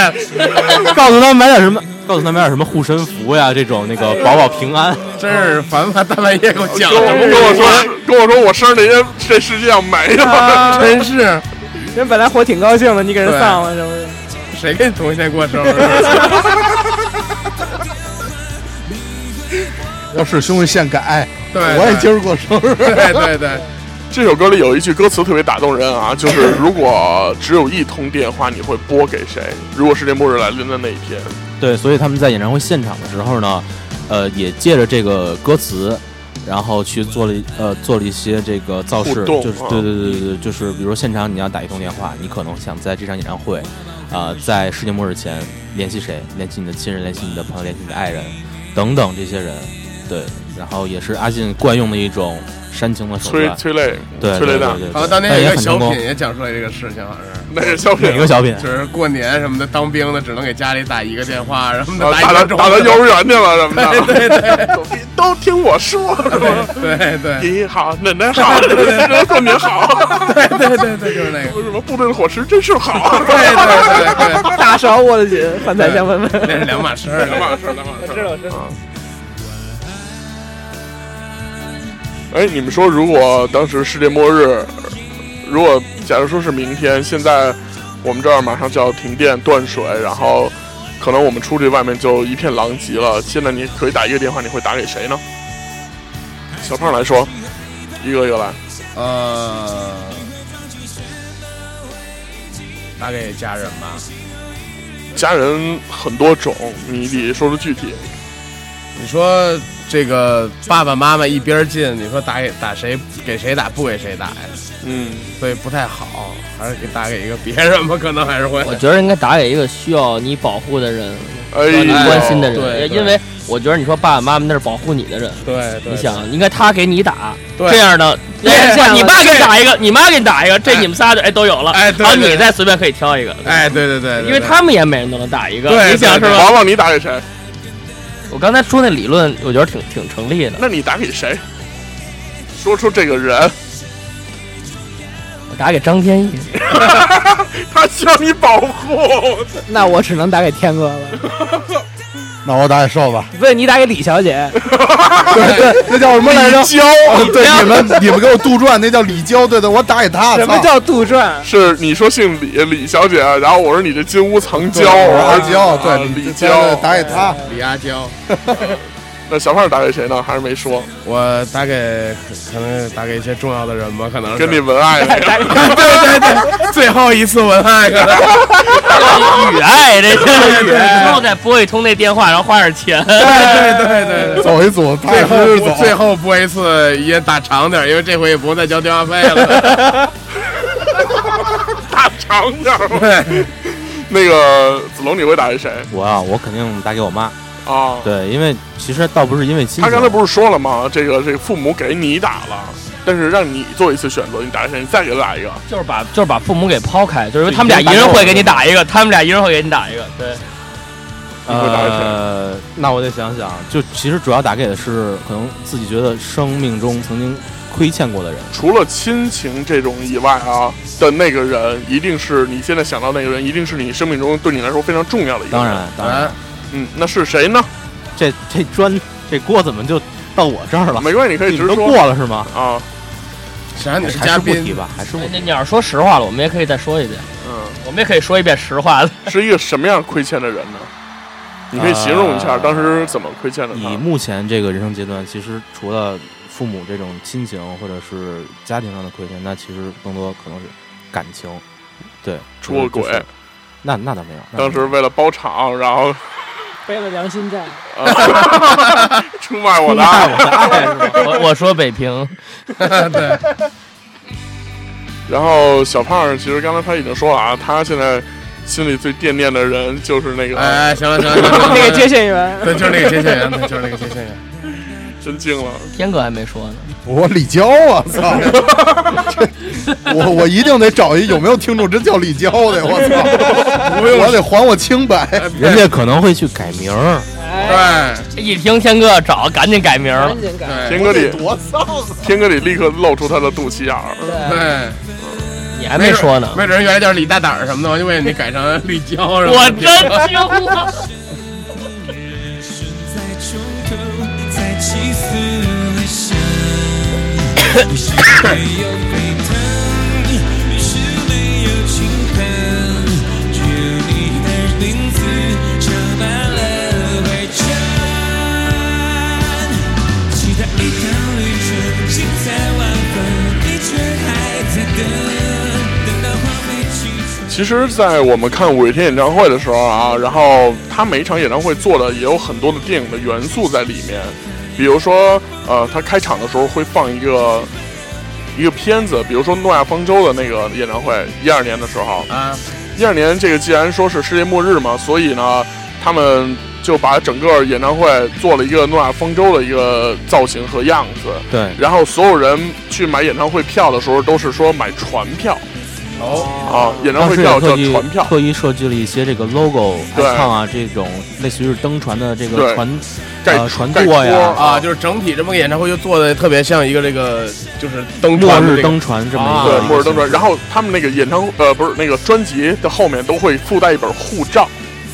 S6: 告诉他买点什么，告诉他买点什么护身符呀，这种那个保保平安。
S3: 真是烦吧？大半夜给我讲
S1: 跟我
S3: 什么
S1: 跟我说跟我说我生日那天这世界上没了，
S3: [laughs] 真是，
S7: 人本来活挺高兴的，你给人
S3: 对
S7: 丧了，是不是？
S3: 谁跟你同一天过生日？
S5: 要是兄弟现改，
S3: 对，
S5: 我也今儿过生日。
S3: 对对
S5: [laughs]
S3: 对，
S1: 这首歌里有一句歌词特别打动人啊，就是如果只有一通电话，你会拨给谁？如果世界末日来临的那一天，
S6: 对，所以他们在演唱会现场的时候呢，呃，也借着这个歌词，然后去做了一呃做了一些这个造势，
S1: 互动
S6: 就是
S1: 啊
S6: 对对对对对，就是比如说现场你要打一通电话，你可能想在这场演唱会，啊、在世界末日前联系谁？联系你的亲人，联系你的朋友，联系你的爱人，等等这些人，对，然后也是阿信惯用的一种煽情的手
S1: [laughs] 催
S6: 段，
S1: 催泪，
S6: 对
S1: 催
S6: 对
S1: 泪
S6: 对
S1: 弹
S6: 对，对，
S3: 好像当
S6: 但
S3: 年
S6: 也
S3: 有一个
S6: 很
S3: 小
S6: 成功
S3: 品。也讲述了这个事情，好啊像是。
S1: 那是小品
S6: 哪个小品？啊
S3: 就是过年什么的，当兵的只能给家里打一个电话，然后
S1: 啊
S3: 打
S1: 打到
S3: 一个钟头
S1: 打到幼儿园去了什么的，对对，都听我说，是吧 [laughs]
S3: 对对
S1: 爷爷好，奶奶好，过年好，
S3: 对对对对，就是那个，
S1: 什么部队的伙食真是好，
S3: 对对对对
S7: 大勺握了紧，饭菜香喷
S3: 对，
S7: 喷。
S3: 那是两码事
S1: 两
S3: 儿。
S1: 码事，两码 [laughs] 事。
S7: 道，知道。
S1: 哎，你们说，如果当时世界末日，如果假如说是明天，现在我们这儿马上就要停电断水，然后可能我们出去外面就一片狼藉了。现在你可以打一个电话，你会打给谁呢？小胖来说，一个一个来。
S3: 呃，打给家人吧，
S1: 家人很多种，你得说出具体。
S3: 你说这个爸爸妈妈一边儿近，你说打给打谁给谁打不给谁打呀？
S1: 嗯，
S3: 所以不太好，还是给打给一个别人吧，可能还是会。
S4: 我觉得应该打给一个需要你保护的人，
S1: 哎
S4: 让你
S1: 呦，
S4: 关心的人，
S3: 对
S4: 也
S3: 对
S4: 因为我觉得你说爸爸妈妈那是保护你的人，
S3: 对，对
S4: 你想应该他给你打
S3: 对
S4: 这样的，
S3: 对
S4: 哎
S3: 这样的
S4: 你爸给你打一个，你妈给你打一个，这你们仨就哎都有了，
S3: 哎对
S4: 然后
S3: 对
S4: 你再随便可以挑一个，
S3: 哎，对对对，对
S4: 因为他们也每人都能打一个，
S3: 对
S4: 你想是
S3: 对
S4: 吧？
S1: 往往你打给谁？
S4: 我刚才说那理论，我觉得挺挺成立的。
S1: 那你打给谁？说出这个人，
S4: 我打给张天翼，
S1: 他需要你保护。
S7: [laughs] 那我只能打给天哥
S4: [laughs]
S7: 了。
S5: 那我打给瘦吧。
S7: 不是你打给李小姐，
S5: 对 [laughs] 对，那叫什么来着？啊
S1: 娇
S5: 对，你们你们给我杜撰，那叫李娇。对对，我打给他。
S7: 什么
S5: 操
S7: 叫杜撰？
S1: 是你说姓李，李小姐，然后我说你这金屋藏娇，
S5: 对我
S1: 啊
S5: 阿娇？
S1: 啊
S5: 对，
S1: 李
S5: 娇
S1: 娇。哎
S5: 打给他。
S3: 李阿娇，
S1: 那小胖打给谁呢？还是没说，
S3: 我打给呃可能打给一些重要的人吧，可能是
S1: 跟你文爱那个
S3: 对对对，最后一次文案可能
S7: [laughs]
S4: 雨爱
S7: 哎
S4: 这
S3: [laughs] 对对
S4: 个，之后再拨一通那电话，然后花点钱。
S3: 对对对对。
S5: 走一组，他
S3: 最
S5: 也跟着
S3: 后
S5: 走。
S3: 最后播一次也打长点儿，因为这回也不用再交电话费了。
S4: [laughs]
S1: 大长点儿。那个子龙，你会打给谁
S6: 我啊，我肯定打给我妈。
S1: 啊？
S6: 对，因为其实倒不是因为亲情，
S1: 他刚才不是说了吗？这个这个父母给你打了，但是让你做一次选择，你打给谁？你再给他打一个。
S4: 就是把就是把父母给抛开，就是他们俩一人会给你打一个，他们俩一人会给你打一个。对，
S1: 你会打给谁
S6: 呃，那我得想想，就其实主要打给的是可能自己觉得生命中曾经亏欠过的人。
S1: 除了亲情这种以外啊的那个人，一定是你现在想到那个人，一定是你生命中对你来说非常重要的一个人。
S6: 当，然，当然，
S1: 嗯，那是谁呢？
S6: 这这砖这锅怎么就到我这儿了？
S1: 没关系，你可以
S6: 你
S1: 直
S6: 们都
S1: 说
S6: 过了是吗？
S1: 啊。
S3: 谁让你是
S6: 还
S3: 嘉
S6: 是不提
S3: 宾？
S6: 吧，还是不提。
S4: 那你要是说实话了，我们也可以再说一遍，
S1: 嗯，
S4: 我们也可以说一遍实话的。
S1: 是一个什么样亏欠的人呢？你可以形容一下
S6: 呃
S1: 当时怎么亏欠的
S6: 以
S1: 他。
S6: 目前这个人生阶段，其实除了父母这种亲情或者是家庭上的亏欠，那其实更多可能是感情。对，
S1: 出过轨
S6: 就是那那倒没有。那倒
S1: 当
S6: 没
S1: 时
S6: 有
S1: 为了包场，然后
S7: 背了良
S3: [laughs]
S7: 心债，
S1: 啊 [laughs] 出卖我的爱， [laughs]
S4: 我我说北平，
S3: 对，
S1: 然后小胖儿其实刚才他已经说了啊，他现在心里最惦念的人就是那个，
S3: 哎，行了行了
S4: [laughs]
S3: 行了，行了
S7: 那个接线员。
S3: 对，就是那个接线员，对，就是那个 [laughs] 接线员。
S1: 真惊了，
S4: 天哥还没说呢。
S5: 我李娇啊，操！这我我一定得找一有没有听众真叫李娇的，我操！我得还我清白。
S6: 人家可能会去改名儿，
S3: 对
S4: 一听天哥要找，赶紧改名了。
S3: 对
S1: 哎天哥里
S5: 多丧啊！
S1: 天哥里立刻露出他的肚脐眼儿，
S3: 对，
S4: 你还没说呢，
S3: 没准儿原来叫李大胆儿什么的，我就为你改成李娇什么的。
S4: 我真
S2: 啊
S4: 惊了。
S2: 在胸口，在起死回生。于是没有沸腾，于是没有倾盆，只有你的名字盛满了灰尘。期待一趟旅程，精彩万分，你却还在等，等到荒废青春。
S1: 其实，在我们看五月天演唱会的时候啊，然后他每一场演唱会做的也有很多的电影的元素在里面，比如说，呃，他开场的时候会放一个一个片子，比如说诺亚方舟的那个演唱会，一二年的时候，
S3: 啊，
S1: 一二年这个既然说是世界末日嘛，所以呢，他们就把整个演唱会做了一个诺亚方舟的一个造型和样子，
S6: 对，
S1: 然后所有人去买演唱会票的时候都是说买船票
S3: 哦，
S1: 啊，演唱
S6: 当
S1: 会
S6: 时
S1: 票
S6: 也
S1: 叫
S6: 特意
S1: 船票。
S6: 特意设计了一些这个 logo、
S1: 对
S6: icon 啊，这种类似于是登船的这
S1: 对
S6: 个船
S1: 盖
S6: 呃船
S1: 盖
S6: 舵
S1: 戳
S6: 呀，
S3: 啊，就是整体这么个演唱会就做的特别像一个这个就是登
S6: 末
S3: 船的
S6: 日
S3: 这个
S6: 登船这么一
S1: 对
S6: 个
S3: 啊，
S1: 末日登船，然后他们那个演唱呃不是那个专辑的后面都会附带一本护照，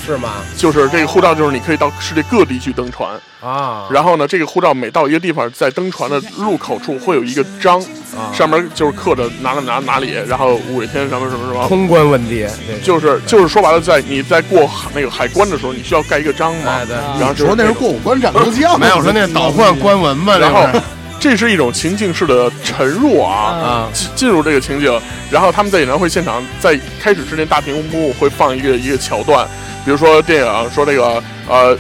S3: 是吗？
S1: 就是这个护照就是你可以到世界各地去登船，
S3: 啊，
S1: 然后呢这个护照每到一个地方，在登船的入口处会有一个章，
S3: 啊
S1: 上面就是刻着哪哪哪哪里，然后五月天什么什么什么，
S3: 通关问题，对
S1: 就是就是说白了，在你在过海那个海关的时候，你需要盖一个章嘛
S3: 哎，对，
S1: 然后
S5: 说那是过五关斩六
S1: [laughs]
S5: 将，
S3: 没有我说那是倒换关文嘛，
S1: 然后
S3: 那不是
S1: 这是一种情境式的沉入啊，
S3: 啊，
S1: 进进入这个情景，然后他们在演唱会现场在开始之前，大屏幕会放一个一个桥段，比如说电影说这个呃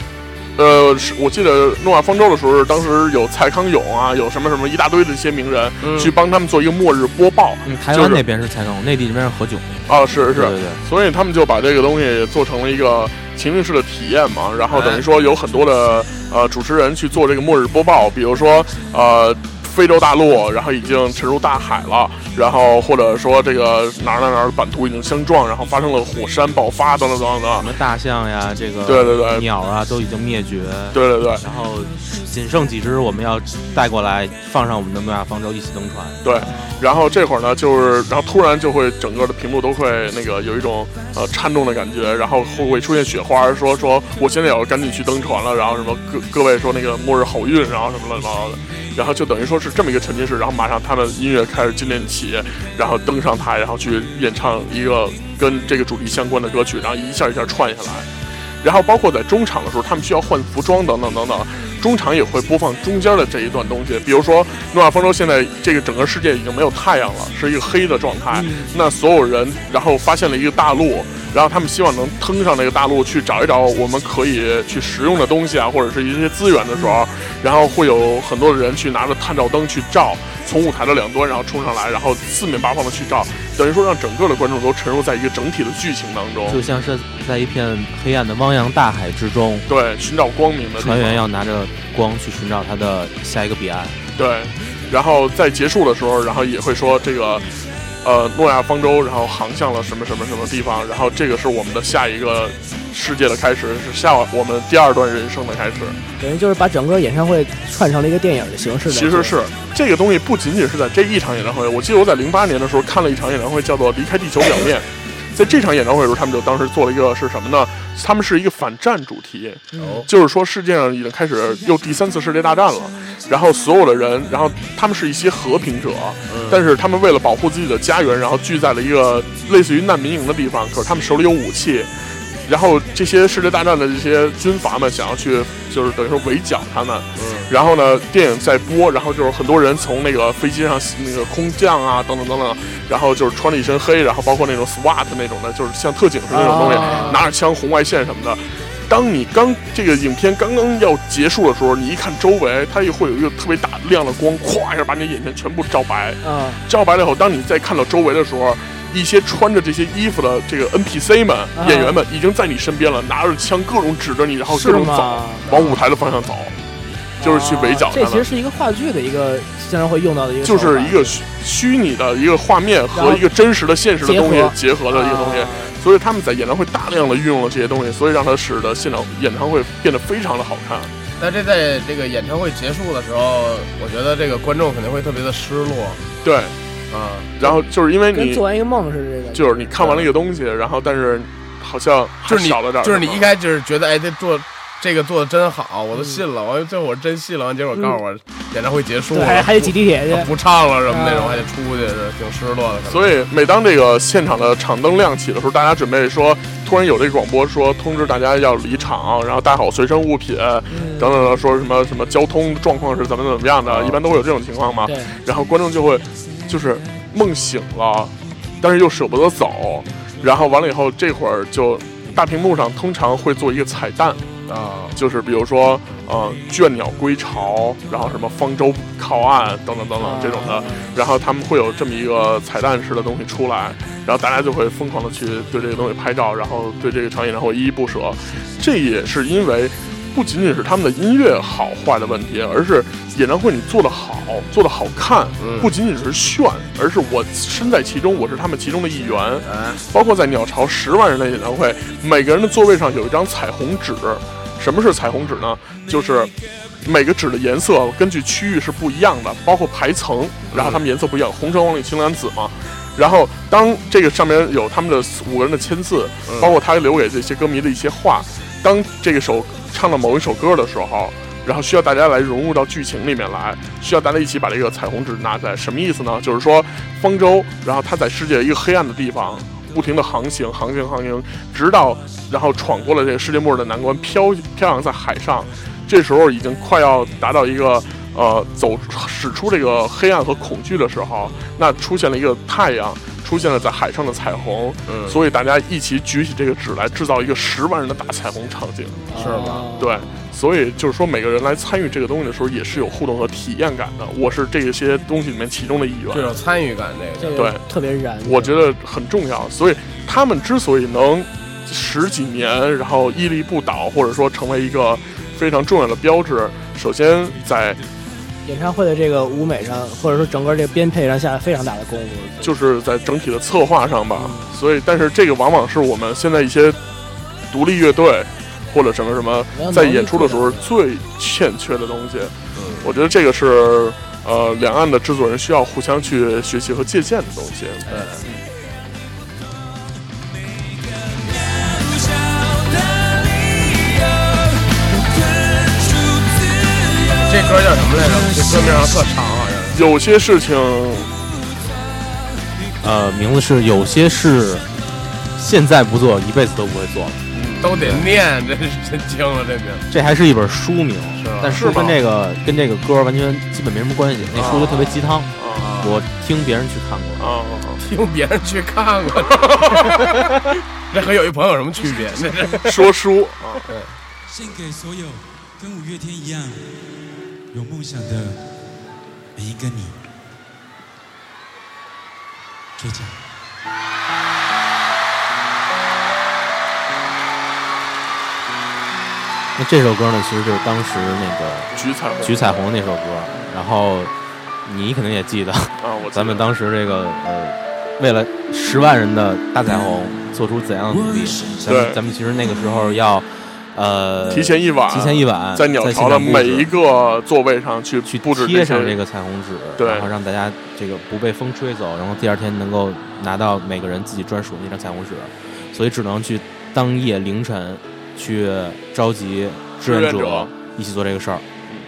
S1: 呃，是我记得诺亚方舟的时候，当时有蔡康永啊，有什么什么一大堆的一些名人、
S4: 嗯
S1: 去帮他们做一个末日播报
S6: 嗯，台湾
S1: 就是
S6: 那边是蔡康永，内地这边是何炅。
S1: 啊，是是
S6: 对对对，
S1: 所以他们就把这个东西做成了一个情境式的体验嘛，然
S6: 哎
S1: 后等于说有很多的呃主持人去做这个末日播报，比如说呃非洲大陆，然后已经沉入大海了，然后或者说这个哪儿哪儿哪儿版图已经相撞，然后发生了火山爆发等等等等
S6: 什，么大象呀，这个
S1: 啊对对对
S6: 鸟啊都已经灭绝，
S1: 对对对
S6: 然后仅剩几只，我们要带过来，放上我们的诺亚方舟一起登船。
S1: 对，然后这会儿呢就是，然后突然就会整个的屏幕都会那个有一种呃颤动的感觉，然后会会出现雪花，说说我现在也要赶紧去登船了，然后什么各各位说那个末日好运，然后什么乱七八糟的，然后就等于说是这么一个沉浸式，然后马上他们音乐开始进练起，然后登上台，然后去演唱一个跟这个主题相关的歌曲，然后一下一下串下来。然后包括在中场的时候，他们需要换服装等等等等，中场也会播放中间的这一段东西。比如说，诺亚方舟现在这个整个世界已经没有太阳了，是一个黑的状态。那所有人然后发现了一个大陆，然后他们希望能登上那个大陆去找一找我们可以去食用的东西啊，或者是一些资源的时候，然后会有很多的人去拿着探照灯去照，从舞台的两端然后冲上来，然后四面八方的去照，等于说让整个的观众都沉入在一个整体的剧情当中。
S6: 就像是在一片黑暗的汪洋大海之中，
S1: 对，寻找光明的地方
S6: 船员要拿着光去寻找它的下一个彼岸。
S1: 对，然后在结束的时候，然后也会说这个，呃，诺亚方舟，然后航向了什么什么什么地方，然后这个是我们的下一个世界的开始，是下我们第二段人生的开始。
S7: 等于就是把整个演唱会串成了一个电影的形式。
S1: 其实是这个东西不仅仅是在这一场演唱会，我记得我在零八年的时候看了一场演唱会，叫做《离开地球表面》。 [laughs] 在这场演唱会的时候，他们就当时做了一个是什么呢？他们是一个反战主题，就是说世界上已经开始又第三次世界大战了，然后所有的人，然后他们是一些和平者，但是他们为了保护自己的家园，然后聚在了一个类似于难民营的地方，可是他们手里有武器，然后这些世界大战的这些军阀们想要去，就是等于说围剿他们。然后呢，电影在播，然后就是很多人从那个飞机上那个空降啊，等等等等，然后就是穿着一身黑，然后包括那种 SWAT 那种的，就是像特警似的那种东西，拿着枪、红外线什么的。当你刚这个影片刚刚要结束的时候，你一看周围，它也会有一个特别大亮的光，咵一下把你的眼睛全部照白。
S7: 啊，
S1: 照白了以后，当你再看到周围的时候，一些穿着这些衣服的这个 NPC 们、
S7: 啊
S1: 演员们已经在你身边了，拿着枪各种指着你，然后各
S7: 是
S1: 种走，
S7: 吗？
S1: 往舞台的方向走，就是去围剿
S7: 啊
S1: 他
S7: 这
S1: 们。
S7: 其实是一个话剧的一个经常会用到的一个手
S1: 就
S7: 法，
S1: 是一个虚虚拟的一个画面和一个真实的现实的东西
S7: 然后
S1: 结合的一个东西，
S7: 啊
S1: 所以他们在演唱会大量的运用了这些东西，所以让它使得现场演唱会变得非常的好看。
S3: 但这在这个演唱会结束的时候，我觉得这个观众肯定会特别的失落
S1: 对，
S3: 啊。
S1: 然后就是因为
S7: 跟
S1: 你
S7: 做完一个梦似的。这个
S1: 就是你看完了一个东西，然后但是好像还
S3: 就是你
S1: 少了点儿什么，
S3: 就是你一开始就是觉得哎，这做这个做的真好，
S7: 嗯
S3: 我都信了，完了最后我真信了，完结果告诉我演唱会结束
S7: 对，
S3: 了，
S7: 还还得挤地铁去。
S3: 不唱了什么那种，
S7: 啊
S3: 还得出去，是挺失落的。可能
S1: 所以每当这个现场的场灯亮起的时候，大家准备说，突然有这个广播说通知大家要离场，然后带好随身物品，
S7: 嗯
S1: 等等的，说什么什么交通状况是怎么怎么样的，一般都会有这种情况嘛
S7: 哦对。
S1: 然后观众就会就是梦醒了，但是又舍不得走，然后完了以后，这会儿就大屏幕上通常会做一个彩蛋，
S3: 啊，
S1: 就是比如说，呃，倦鸟归巢，然后什么方舟靠岸等等等等这种的，然后他们会有这么一个彩蛋式的东西出来，然后大家就会疯狂的去对这个东西拍照，然后对这个场演唱会依依不舍。这也是因为不仅仅是他们的音乐好坏的问题，而是演唱会你做得好，做得好看，不仅仅是炫，而是我身在其中，我是他们其中的一员。包括在鸟巢十万人的演唱会，每个人的座位上有一张彩虹纸。什么是彩虹纸呢？就是每个纸的颜色根据区域是不一样的，包括排层，然后它们颜色不一样，红橙黄绿青蓝紫嘛。然后当这个上面有他们的五个人的签字，包括他留给这些歌迷的一些话。当这个首唱到某一首歌的时候，然后需要大家来融入到剧情里面来，需要大家一起把这个彩虹纸拿在，什么意思呢？就是说方舟，然后它在世界一个黑暗的地方。不停的航行，航行，航行，直到然后闯过了这个世界末日的难关，飘飘扬在海上。这时候已经快要达到一个呃走使出这个黑暗和恐惧的时候，那出现了一个太阳，出现了在海上的彩虹，
S3: 嗯
S1: 所以大家一起举起这个纸来制造一个十万人的大彩虹场景。
S3: 是吗？
S1: 对，所以就是说，每个人来参与这个东西的时候，也是有互动和体验感的。我是这些东西里面其中的一员
S3: 这，种参与感，这
S7: 这
S3: 个
S7: 个
S1: 对
S7: 特别燃。
S1: 我觉得很重要。所以他们之所以能十几年，然后屹立不倒，或者说成为一个非常重要的标志，首先在
S7: 演唱会的这个舞美上，或者说整个这个编配上下了非常大的功夫。
S1: 就是在整体的策划上吧。所以，但是这个往往是我们现在一些独立乐队或者什么什么
S7: 没有
S1: 在
S7: 能力
S1: 演出的时候
S7: 做到
S1: 最欠缺的东西。
S6: 嗯
S1: 我觉得这个是呃两岸的制作人需要互相去学习和借鉴的东西。对。
S2: 不晓的理由，困住自由。
S3: 这歌叫什么来着？这歌名儿特长，啊好像是。
S1: 有些事情，
S6: 呃，名字是有些事现在不做，一辈子都不会做了。
S3: 都得念，真是真惊了，这名
S6: 这还是一本书名，
S3: 是吧
S6: 但
S1: 是
S6: 书
S1: 吗
S6: 跟这个跟这个歌完全基本没什么关系。那书都特别鸡汤，
S1: 啊
S6: 我听别人去看过。
S1: 啊，
S3: 听别人去看过， [laughs] 这和有一朋友有什么 [laughs] 区别？那是
S1: 说书
S3: [laughs]
S1: 啊，
S2: 献给所有跟五月天一样有梦想的每一个你。就这样。
S6: 那这首歌呢，其实就是当时那个
S1: 菊彩
S6: 《
S1: 虹
S6: 举彩虹》那首歌，然后你肯定也记得，
S1: 啊，我记得
S6: 咱们当时这个呃，为了十万人的大彩虹做出怎样的努力？咱
S1: 对
S6: 们咱们其实那个时候要呃
S1: 提前一晚，
S6: 提前一晚
S1: 在鸟巢的
S6: 现场布
S1: 每
S6: 置
S1: 一个座位上去
S6: 去
S1: 布置
S6: 贴上
S1: 这
S6: 这
S1: 些
S6: 个彩虹纸，
S1: 对
S6: 然后让大家这个不被风吹走，然后第二天能够拿到每个人自己专属的那张彩虹纸，所以只能去当夜凌晨去召集志愿
S1: 志愿者嗯
S6: 者一起做这个事儿。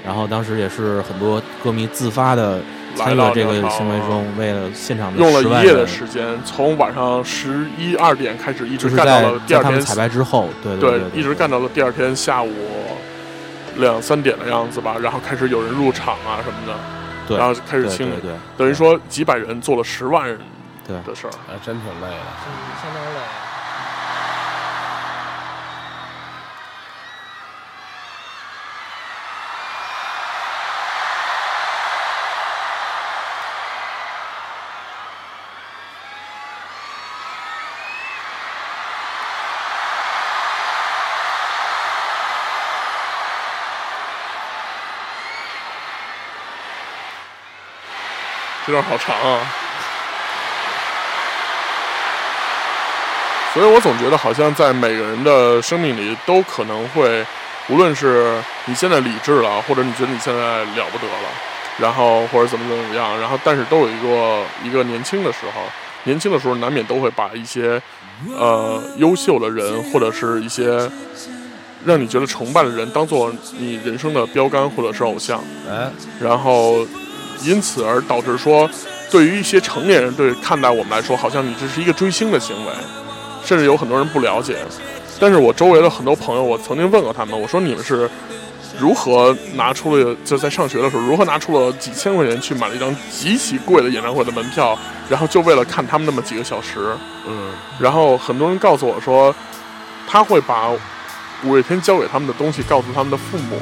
S6: 然后当时也是很多歌迷自发的参与了这个
S1: 来到鸟巢
S6: 行为中，为了现场的
S1: 用了
S6: 10万
S1: 一夜的
S6: 人
S1: 时间，从晚上十一二点开始，一
S6: 就
S1: 直
S6: 是
S1: 干到
S6: 在
S1: 了第
S6: 在
S1: 二
S6: 他们
S1: 天
S6: 彩排之后，对对
S1: 对，一直干
S6: 到
S1: 到了第二天下午两三点的样子吧，然后开始有人入场啊什么的，
S6: 对
S1: 然后开
S6: 对
S1: 始
S6: 对
S1: 清理，
S6: 对，
S1: 等于说几百人做了十万人
S6: 对
S1: 的
S3: [laughs]
S1: 事儿。
S3: 啊，真挺累的。
S7: 相当累。
S1: 这段好长啊。所以我总觉得，好像在每个人的生命里，都可能会，无论是你现在理智了，或者你觉得你现在了不得了，然后或者怎么怎么样，然后但是都有一个一个年轻的时候，年轻的时候难免都会把一些呃优秀的人，或者是一些让你觉得崇拜的人，当做你人生的标杆或者是偶像。
S3: 哎，
S1: 然后因此而导致说，对于一些成年人对看待我们来说，好像你这是一个追星的行为，甚至有很多人不了解。但是我周围的很多朋友，我曾经问过他们，我说你们是如何拿出了就在上学的时候，如何拿出了几千块钱去买了一张极其贵的演唱会的门票，然后就为了看他们那么几个小时？
S3: 嗯，
S1: 然后很多人告诉我说，他会把五月天教给他们的东西告诉他们的父母，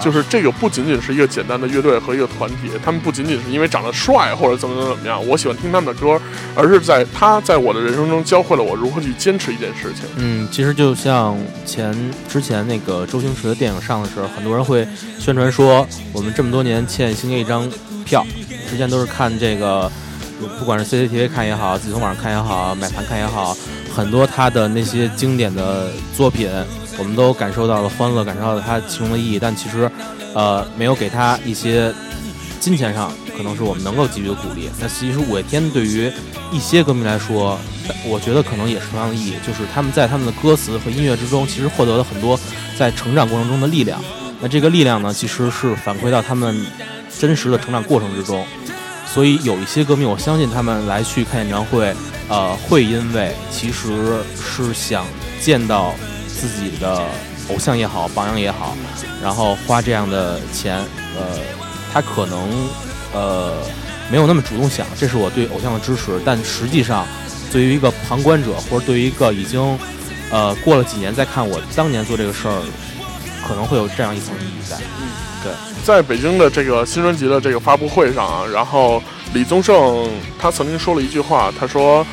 S1: 就是这个不仅仅是一个简单的乐队和一个团体，他们不仅仅是因为长得帅或者怎么怎么怎么样，我喜欢听他们的歌，而是在他在我的人生中教会了我如何去坚持一件事情。
S6: 嗯，其实就像前之前那个周星驰的电影上的时候，很多人会宣传说，我们这么多年欠星爷一张票，之前都是看这个，不管是 CCTV 看也好，自己从网上看也好，买盘看也好，很多他的那些经典的作品，我们都感受到了欢乐，感受到了它其中的意义，但其实，呃，没有给他一些金钱上可能是我们能够给予的鼓励。那其实五月天对于一些歌迷来说，我觉得可能也是同样的意义，就是他们在他们的歌词和音乐之中，其实获得了很多在成长过程中的力量。那这个力量呢，其实是反馈到他们真实的成长过程之中。所以有一些歌迷，我相信他们来去看演唱会，呃，会因为其实是想见到自己的偶像也好，榜样也好，然后花这样的钱，呃，他可能呃没有那么主动想，这是我对偶像的支持。但实际上，对于一个旁观者，或者对于一个已经呃过了几年再看我当年做这个事儿可能会有这样一层意义在。
S1: 在北京的这个新专辑的这个发布会上啊，然后李宗盛他曾经说了一句话，他说：“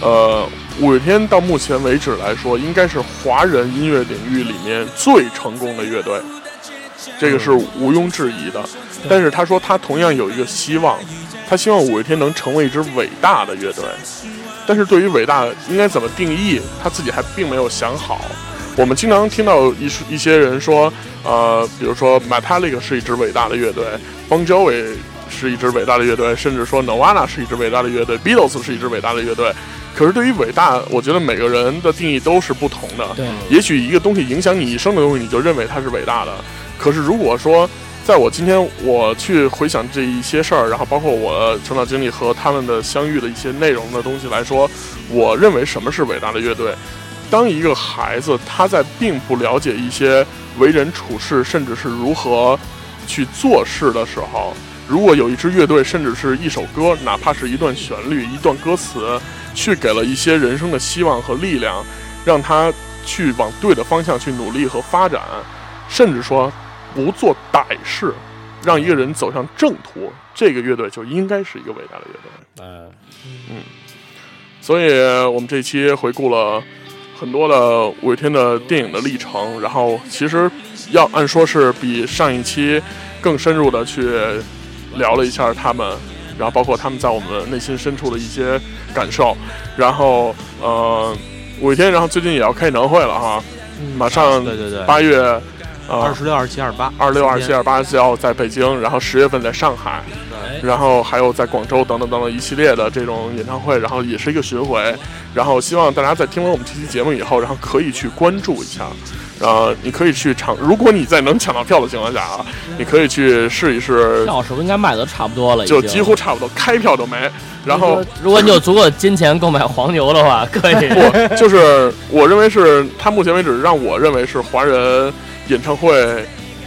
S1: 呃，五月天到目前为止来说，应该是华人音乐领域里面最成功的乐队，这个是毋庸置疑的。但是他说他同样有一个希望，他希望五月天能成为一支伟大的乐队。但是对于伟大应该怎么定义，他自己还并没有想好。我们经常听到一说一些人说，呃，比如说 Metallica 是一支伟大的乐队，Bon Jovi 是一支伟大的乐队，甚至说 Nirvana 是一支伟大的乐队，Beatles 是一支伟大的乐队。可是对于伟大，我觉得每个人的定义都是不同的。
S7: 对，
S1: 也许一个东西影响你一生的东西，你就认为它是伟大的。可是如果说，在我今天我去回想这一些事儿，然后包括我成长经历和他们的相遇的一些内容的东西来说，我认为什么是伟大的乐队？当一个孩子他在并不了解一些为人处事，甚至是如何去做事的时候，如果有一支乐队，甚至是一首歌，哪怕是一段旋律、一段歌词，去给了一些人生的希望和力量，让他去往对的方向去努力和发展，甚至说不做歹事，让一个人走上正途，这个乐队就应该是一个伟大的乐队。
S4: 嗯，
S1: 所以呃我们这期回顾了很多的五月天的电影的历程，然后其实要按说是比上一期更深入的去聊了一下他们，然后包括他们在我们内心深处的一些感受，然后呃，五月天，然后最近也要开演唱会了哈，马上
S6: 对对对，
S1: 八月
S6: 二
S1: 呃
S6: 十六、二十七、二十八，
S1: 二六、二七、二八、二要在北京，然后十月份在上海，
S4: 哎
S1: 然后还有在广州等等等等一系列的这种演唱会，然后也是一个巡回，然后希望大家在听完我们这期节目以后，然后可以去关注一下，呃，你可以去抢，如果你在能抢到票的情况下啊，你可以去试一试，
S4: 票是不是应该卖的差不多了？已
S1: 就
S4: 经
S1: 几乎差不多，开票都没，然后。
S4: 如果你有足够的金钱购买黄牛的话，
S1: [laughs]
S4: 可 [laughs] 以。
S1: 不，就是我认为是他目前为止让我认为是华人演唱会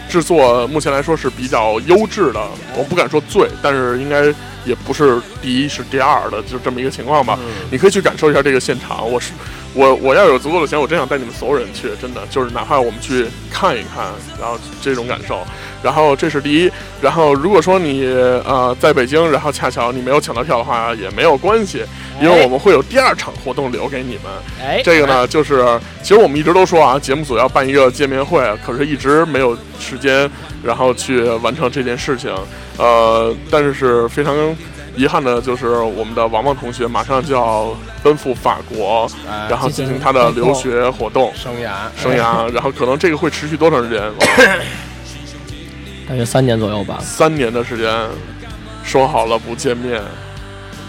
S1: 制作目前来说是比较优质的，我不敢说最，但是应该也不是第一是第二的，就这么一个情况吧。你可以去感受一下这个现场，我是。我我要有足够的钱，我真想带你们所有人去，真的就是哪怕我们去看一看，然后这种感受，然后这是第一，然后如果说你呃在北京，然后恰巧你没有抢到票的话也没有关系，因为我们会有第二场活动留给你们。
S4: 哎，
S1: 这个呢，就是其实我们一直都说啊，节目组要办一个见面会，可是一直没有时间，然后去完成这件事情。呃，但是是非常遗憾的，就是我们的王王同学马上就要奔赴法国，
S3: 哎
S1: 然后进行他的留学活动
S3: 生涯，
S1: 生涯，然后可能这个会持续多长时间？
S4: 大约三年左右吧。
S1: 三年的时间，说好了不见面，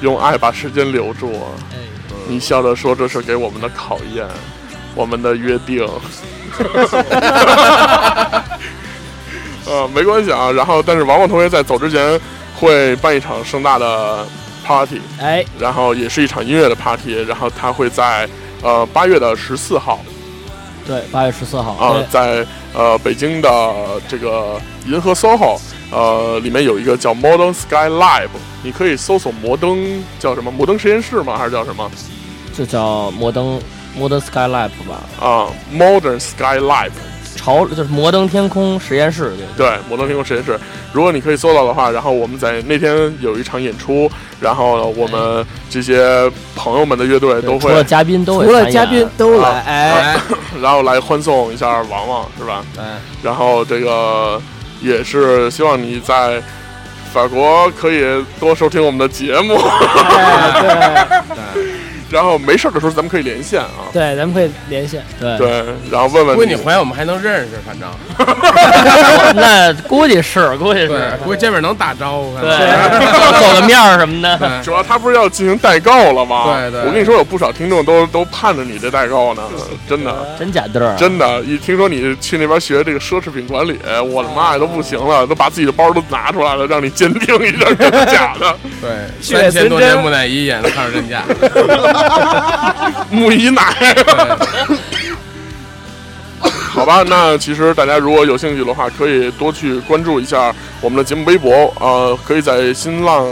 S1: 用爱把时间留住。
S4: 哎
S1: 你笑着说这是给我们的考验，我们的约
S4: [laughs]
S1: 定。呃，没关系啊。然后，但是王王同学在走之前会办一场盛大的 party，
S4: 哎，
S1: 然后也是一场音乐的 party，然后他会在呃八月的十四号
S4: 对，八月十四号
S1: 啊、
S4: 对
S1: 在呃北京的这个银河 SOHO，呃，里面有一个叫 Modern Sky Lab，你可以搜索摩登叫什么摩登实验室吗？还是叫什么
S4: 就叫摩登摩登 Sky Lab 吧，
S1: 啊、m o d e r n Sky Lab，
S4: 潮就是摩登天空实验室。对，
S1: 对，摩登天空实验室。如果你可以搜到的话，然后我们在那天有一场演出，然后我们这些朋友们的乐队
S4: 对
S1: 都
S4: 除
S1: 会啊
S4: 了，嘉宾都会
S7: 除了
S4: 参演
S7: 嘉宾都来，哎，
S3: 哎，
S1: 然后来欢送一下王王，是吧？
S3: 哎
S1: 然后这个也是希望你在法国可以多收听我们的节
S3: [laughs]
S1: 目，
S7: 哎
S1: 然后没事儿的时候咱们可以连线啊
S7: 对。对，咱们可以连线。
S4: 对，
S1: 对，然后问
S3: 估
S1: 问
S3: 计你回来我们还能认
S7: [laughs]
S3: 识，反正
S4: 那估计是估计
S3: 对
S4: 是，
S3: 估计见面能打招呼。
S4: 对， [laughs]
S3: [laughs]
S4: 走个面儿什么的。
S3: 对
S1: 主要他不是要进行代购了吗？
S3: 对对
S1: 我跟你说，有不少听众都都盼着你这代购呢，真的。
S4: 真假嘚儿，
S1: 真的，一听说你去那边学这个奢侈品管理，我
S3: 哦
S1: 的妈呀，都不行了，都把自己的包都拿出来了，让你鉴定一下真的假 [laughs] 的。
S3: 对，
S7: 血
S3: 三千多
S7: 纯
S3: 年
S7: 真
S3: 木乃伊也能看出真假。
S1: 木一奶，
S3: 对
S1: [laughs] 好吧，那其实大家如果有兴趣的话，可以多去关注一下我们的节目微博，呃，可以在新浪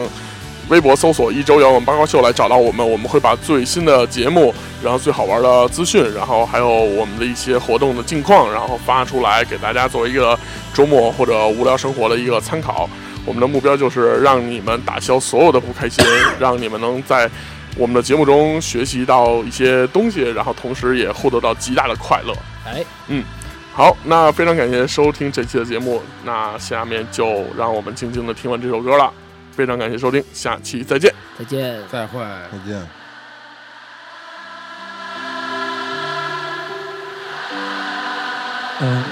S1: 微博搜索“一周摇滚八卦秀”来找到我们，我们会把最新的节目，然后最好玩的资讯，然后还有我们的一些活动的近况，然后发出来给大家作为一个周末或者无聊生活的一个参考。我们的目标就是让你们打消所有的不开心，让你们能在我们的节目中学习到一些东西，然后同时也获得到极大的快乐。
S4: 哎，
S1: 嗯，好，那非常感谢收听这期的节目，那下面就让我们静静的听完这首歌了。非常感谢收听，下期再见。
S4: 再见。
S12: 再会。
S5: 再见。
S13: 嗯，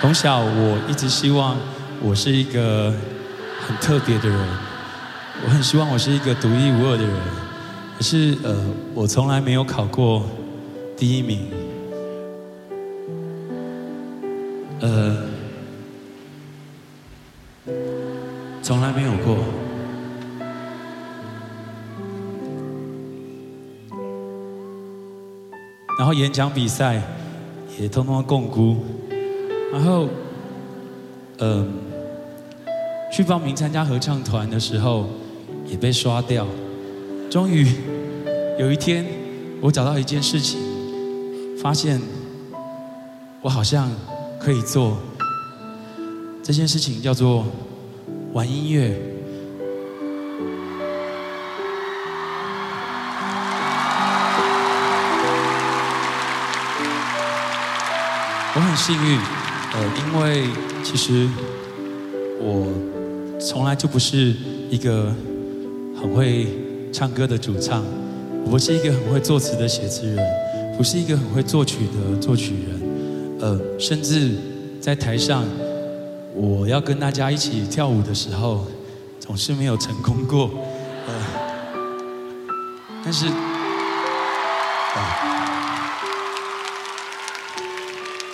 S13: 从小我一直希望我是一个很特别的人，我很希望我是一个独一无二的人。可是呃，我从来没有考过第一名。呃，从来没有过。然后演讲比赛也通通共估，然后，嗯、去报名参加合唱团的时候也被刷掉。终于有一天，我找到一件事情，发现我好像可以做这件事情，叫做玩音乐。我很幸运，呃，因为其实我从来就不是一个很会唱歌的主唱，我不是一个很会作词的写词人，不是一个很会作曲的作曲人，呃，甚至在台上我要跟大家一起跳舞的时候，总是没有成功过，呃，但是。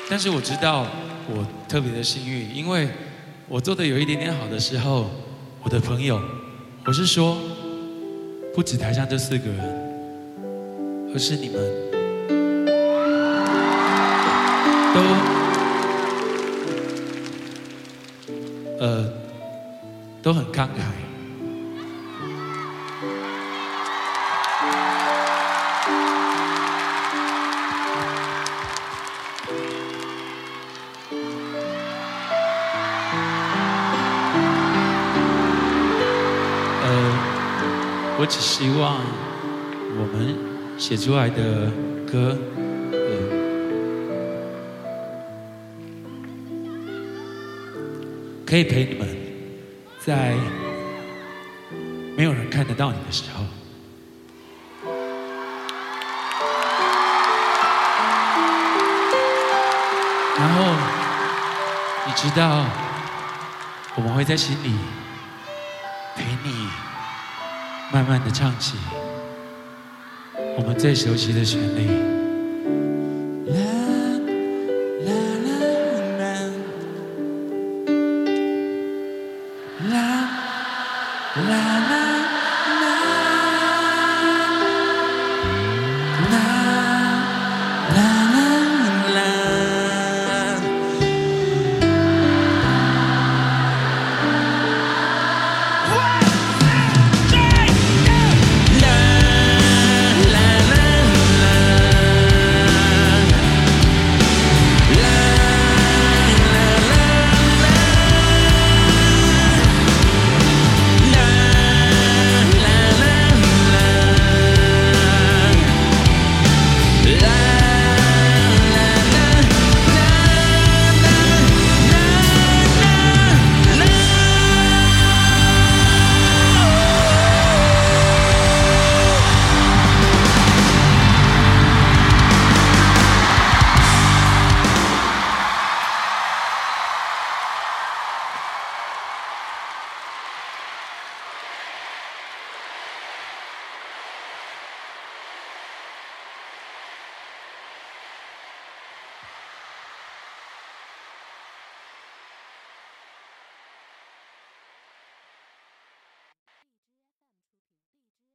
S13: 但是我知道我特别的幸运，因为我做的有一点点好的时候，我的朋友，我是说，不止台上这四个人，而是你们，都，呃，都很慷慨。呃，我只希望我们写出来的歌，呃，可以陪你们在没有人看得到你的时候。然后，你知道，我们会在心里陪你慢慢的唱起我们最熟悉的旋律。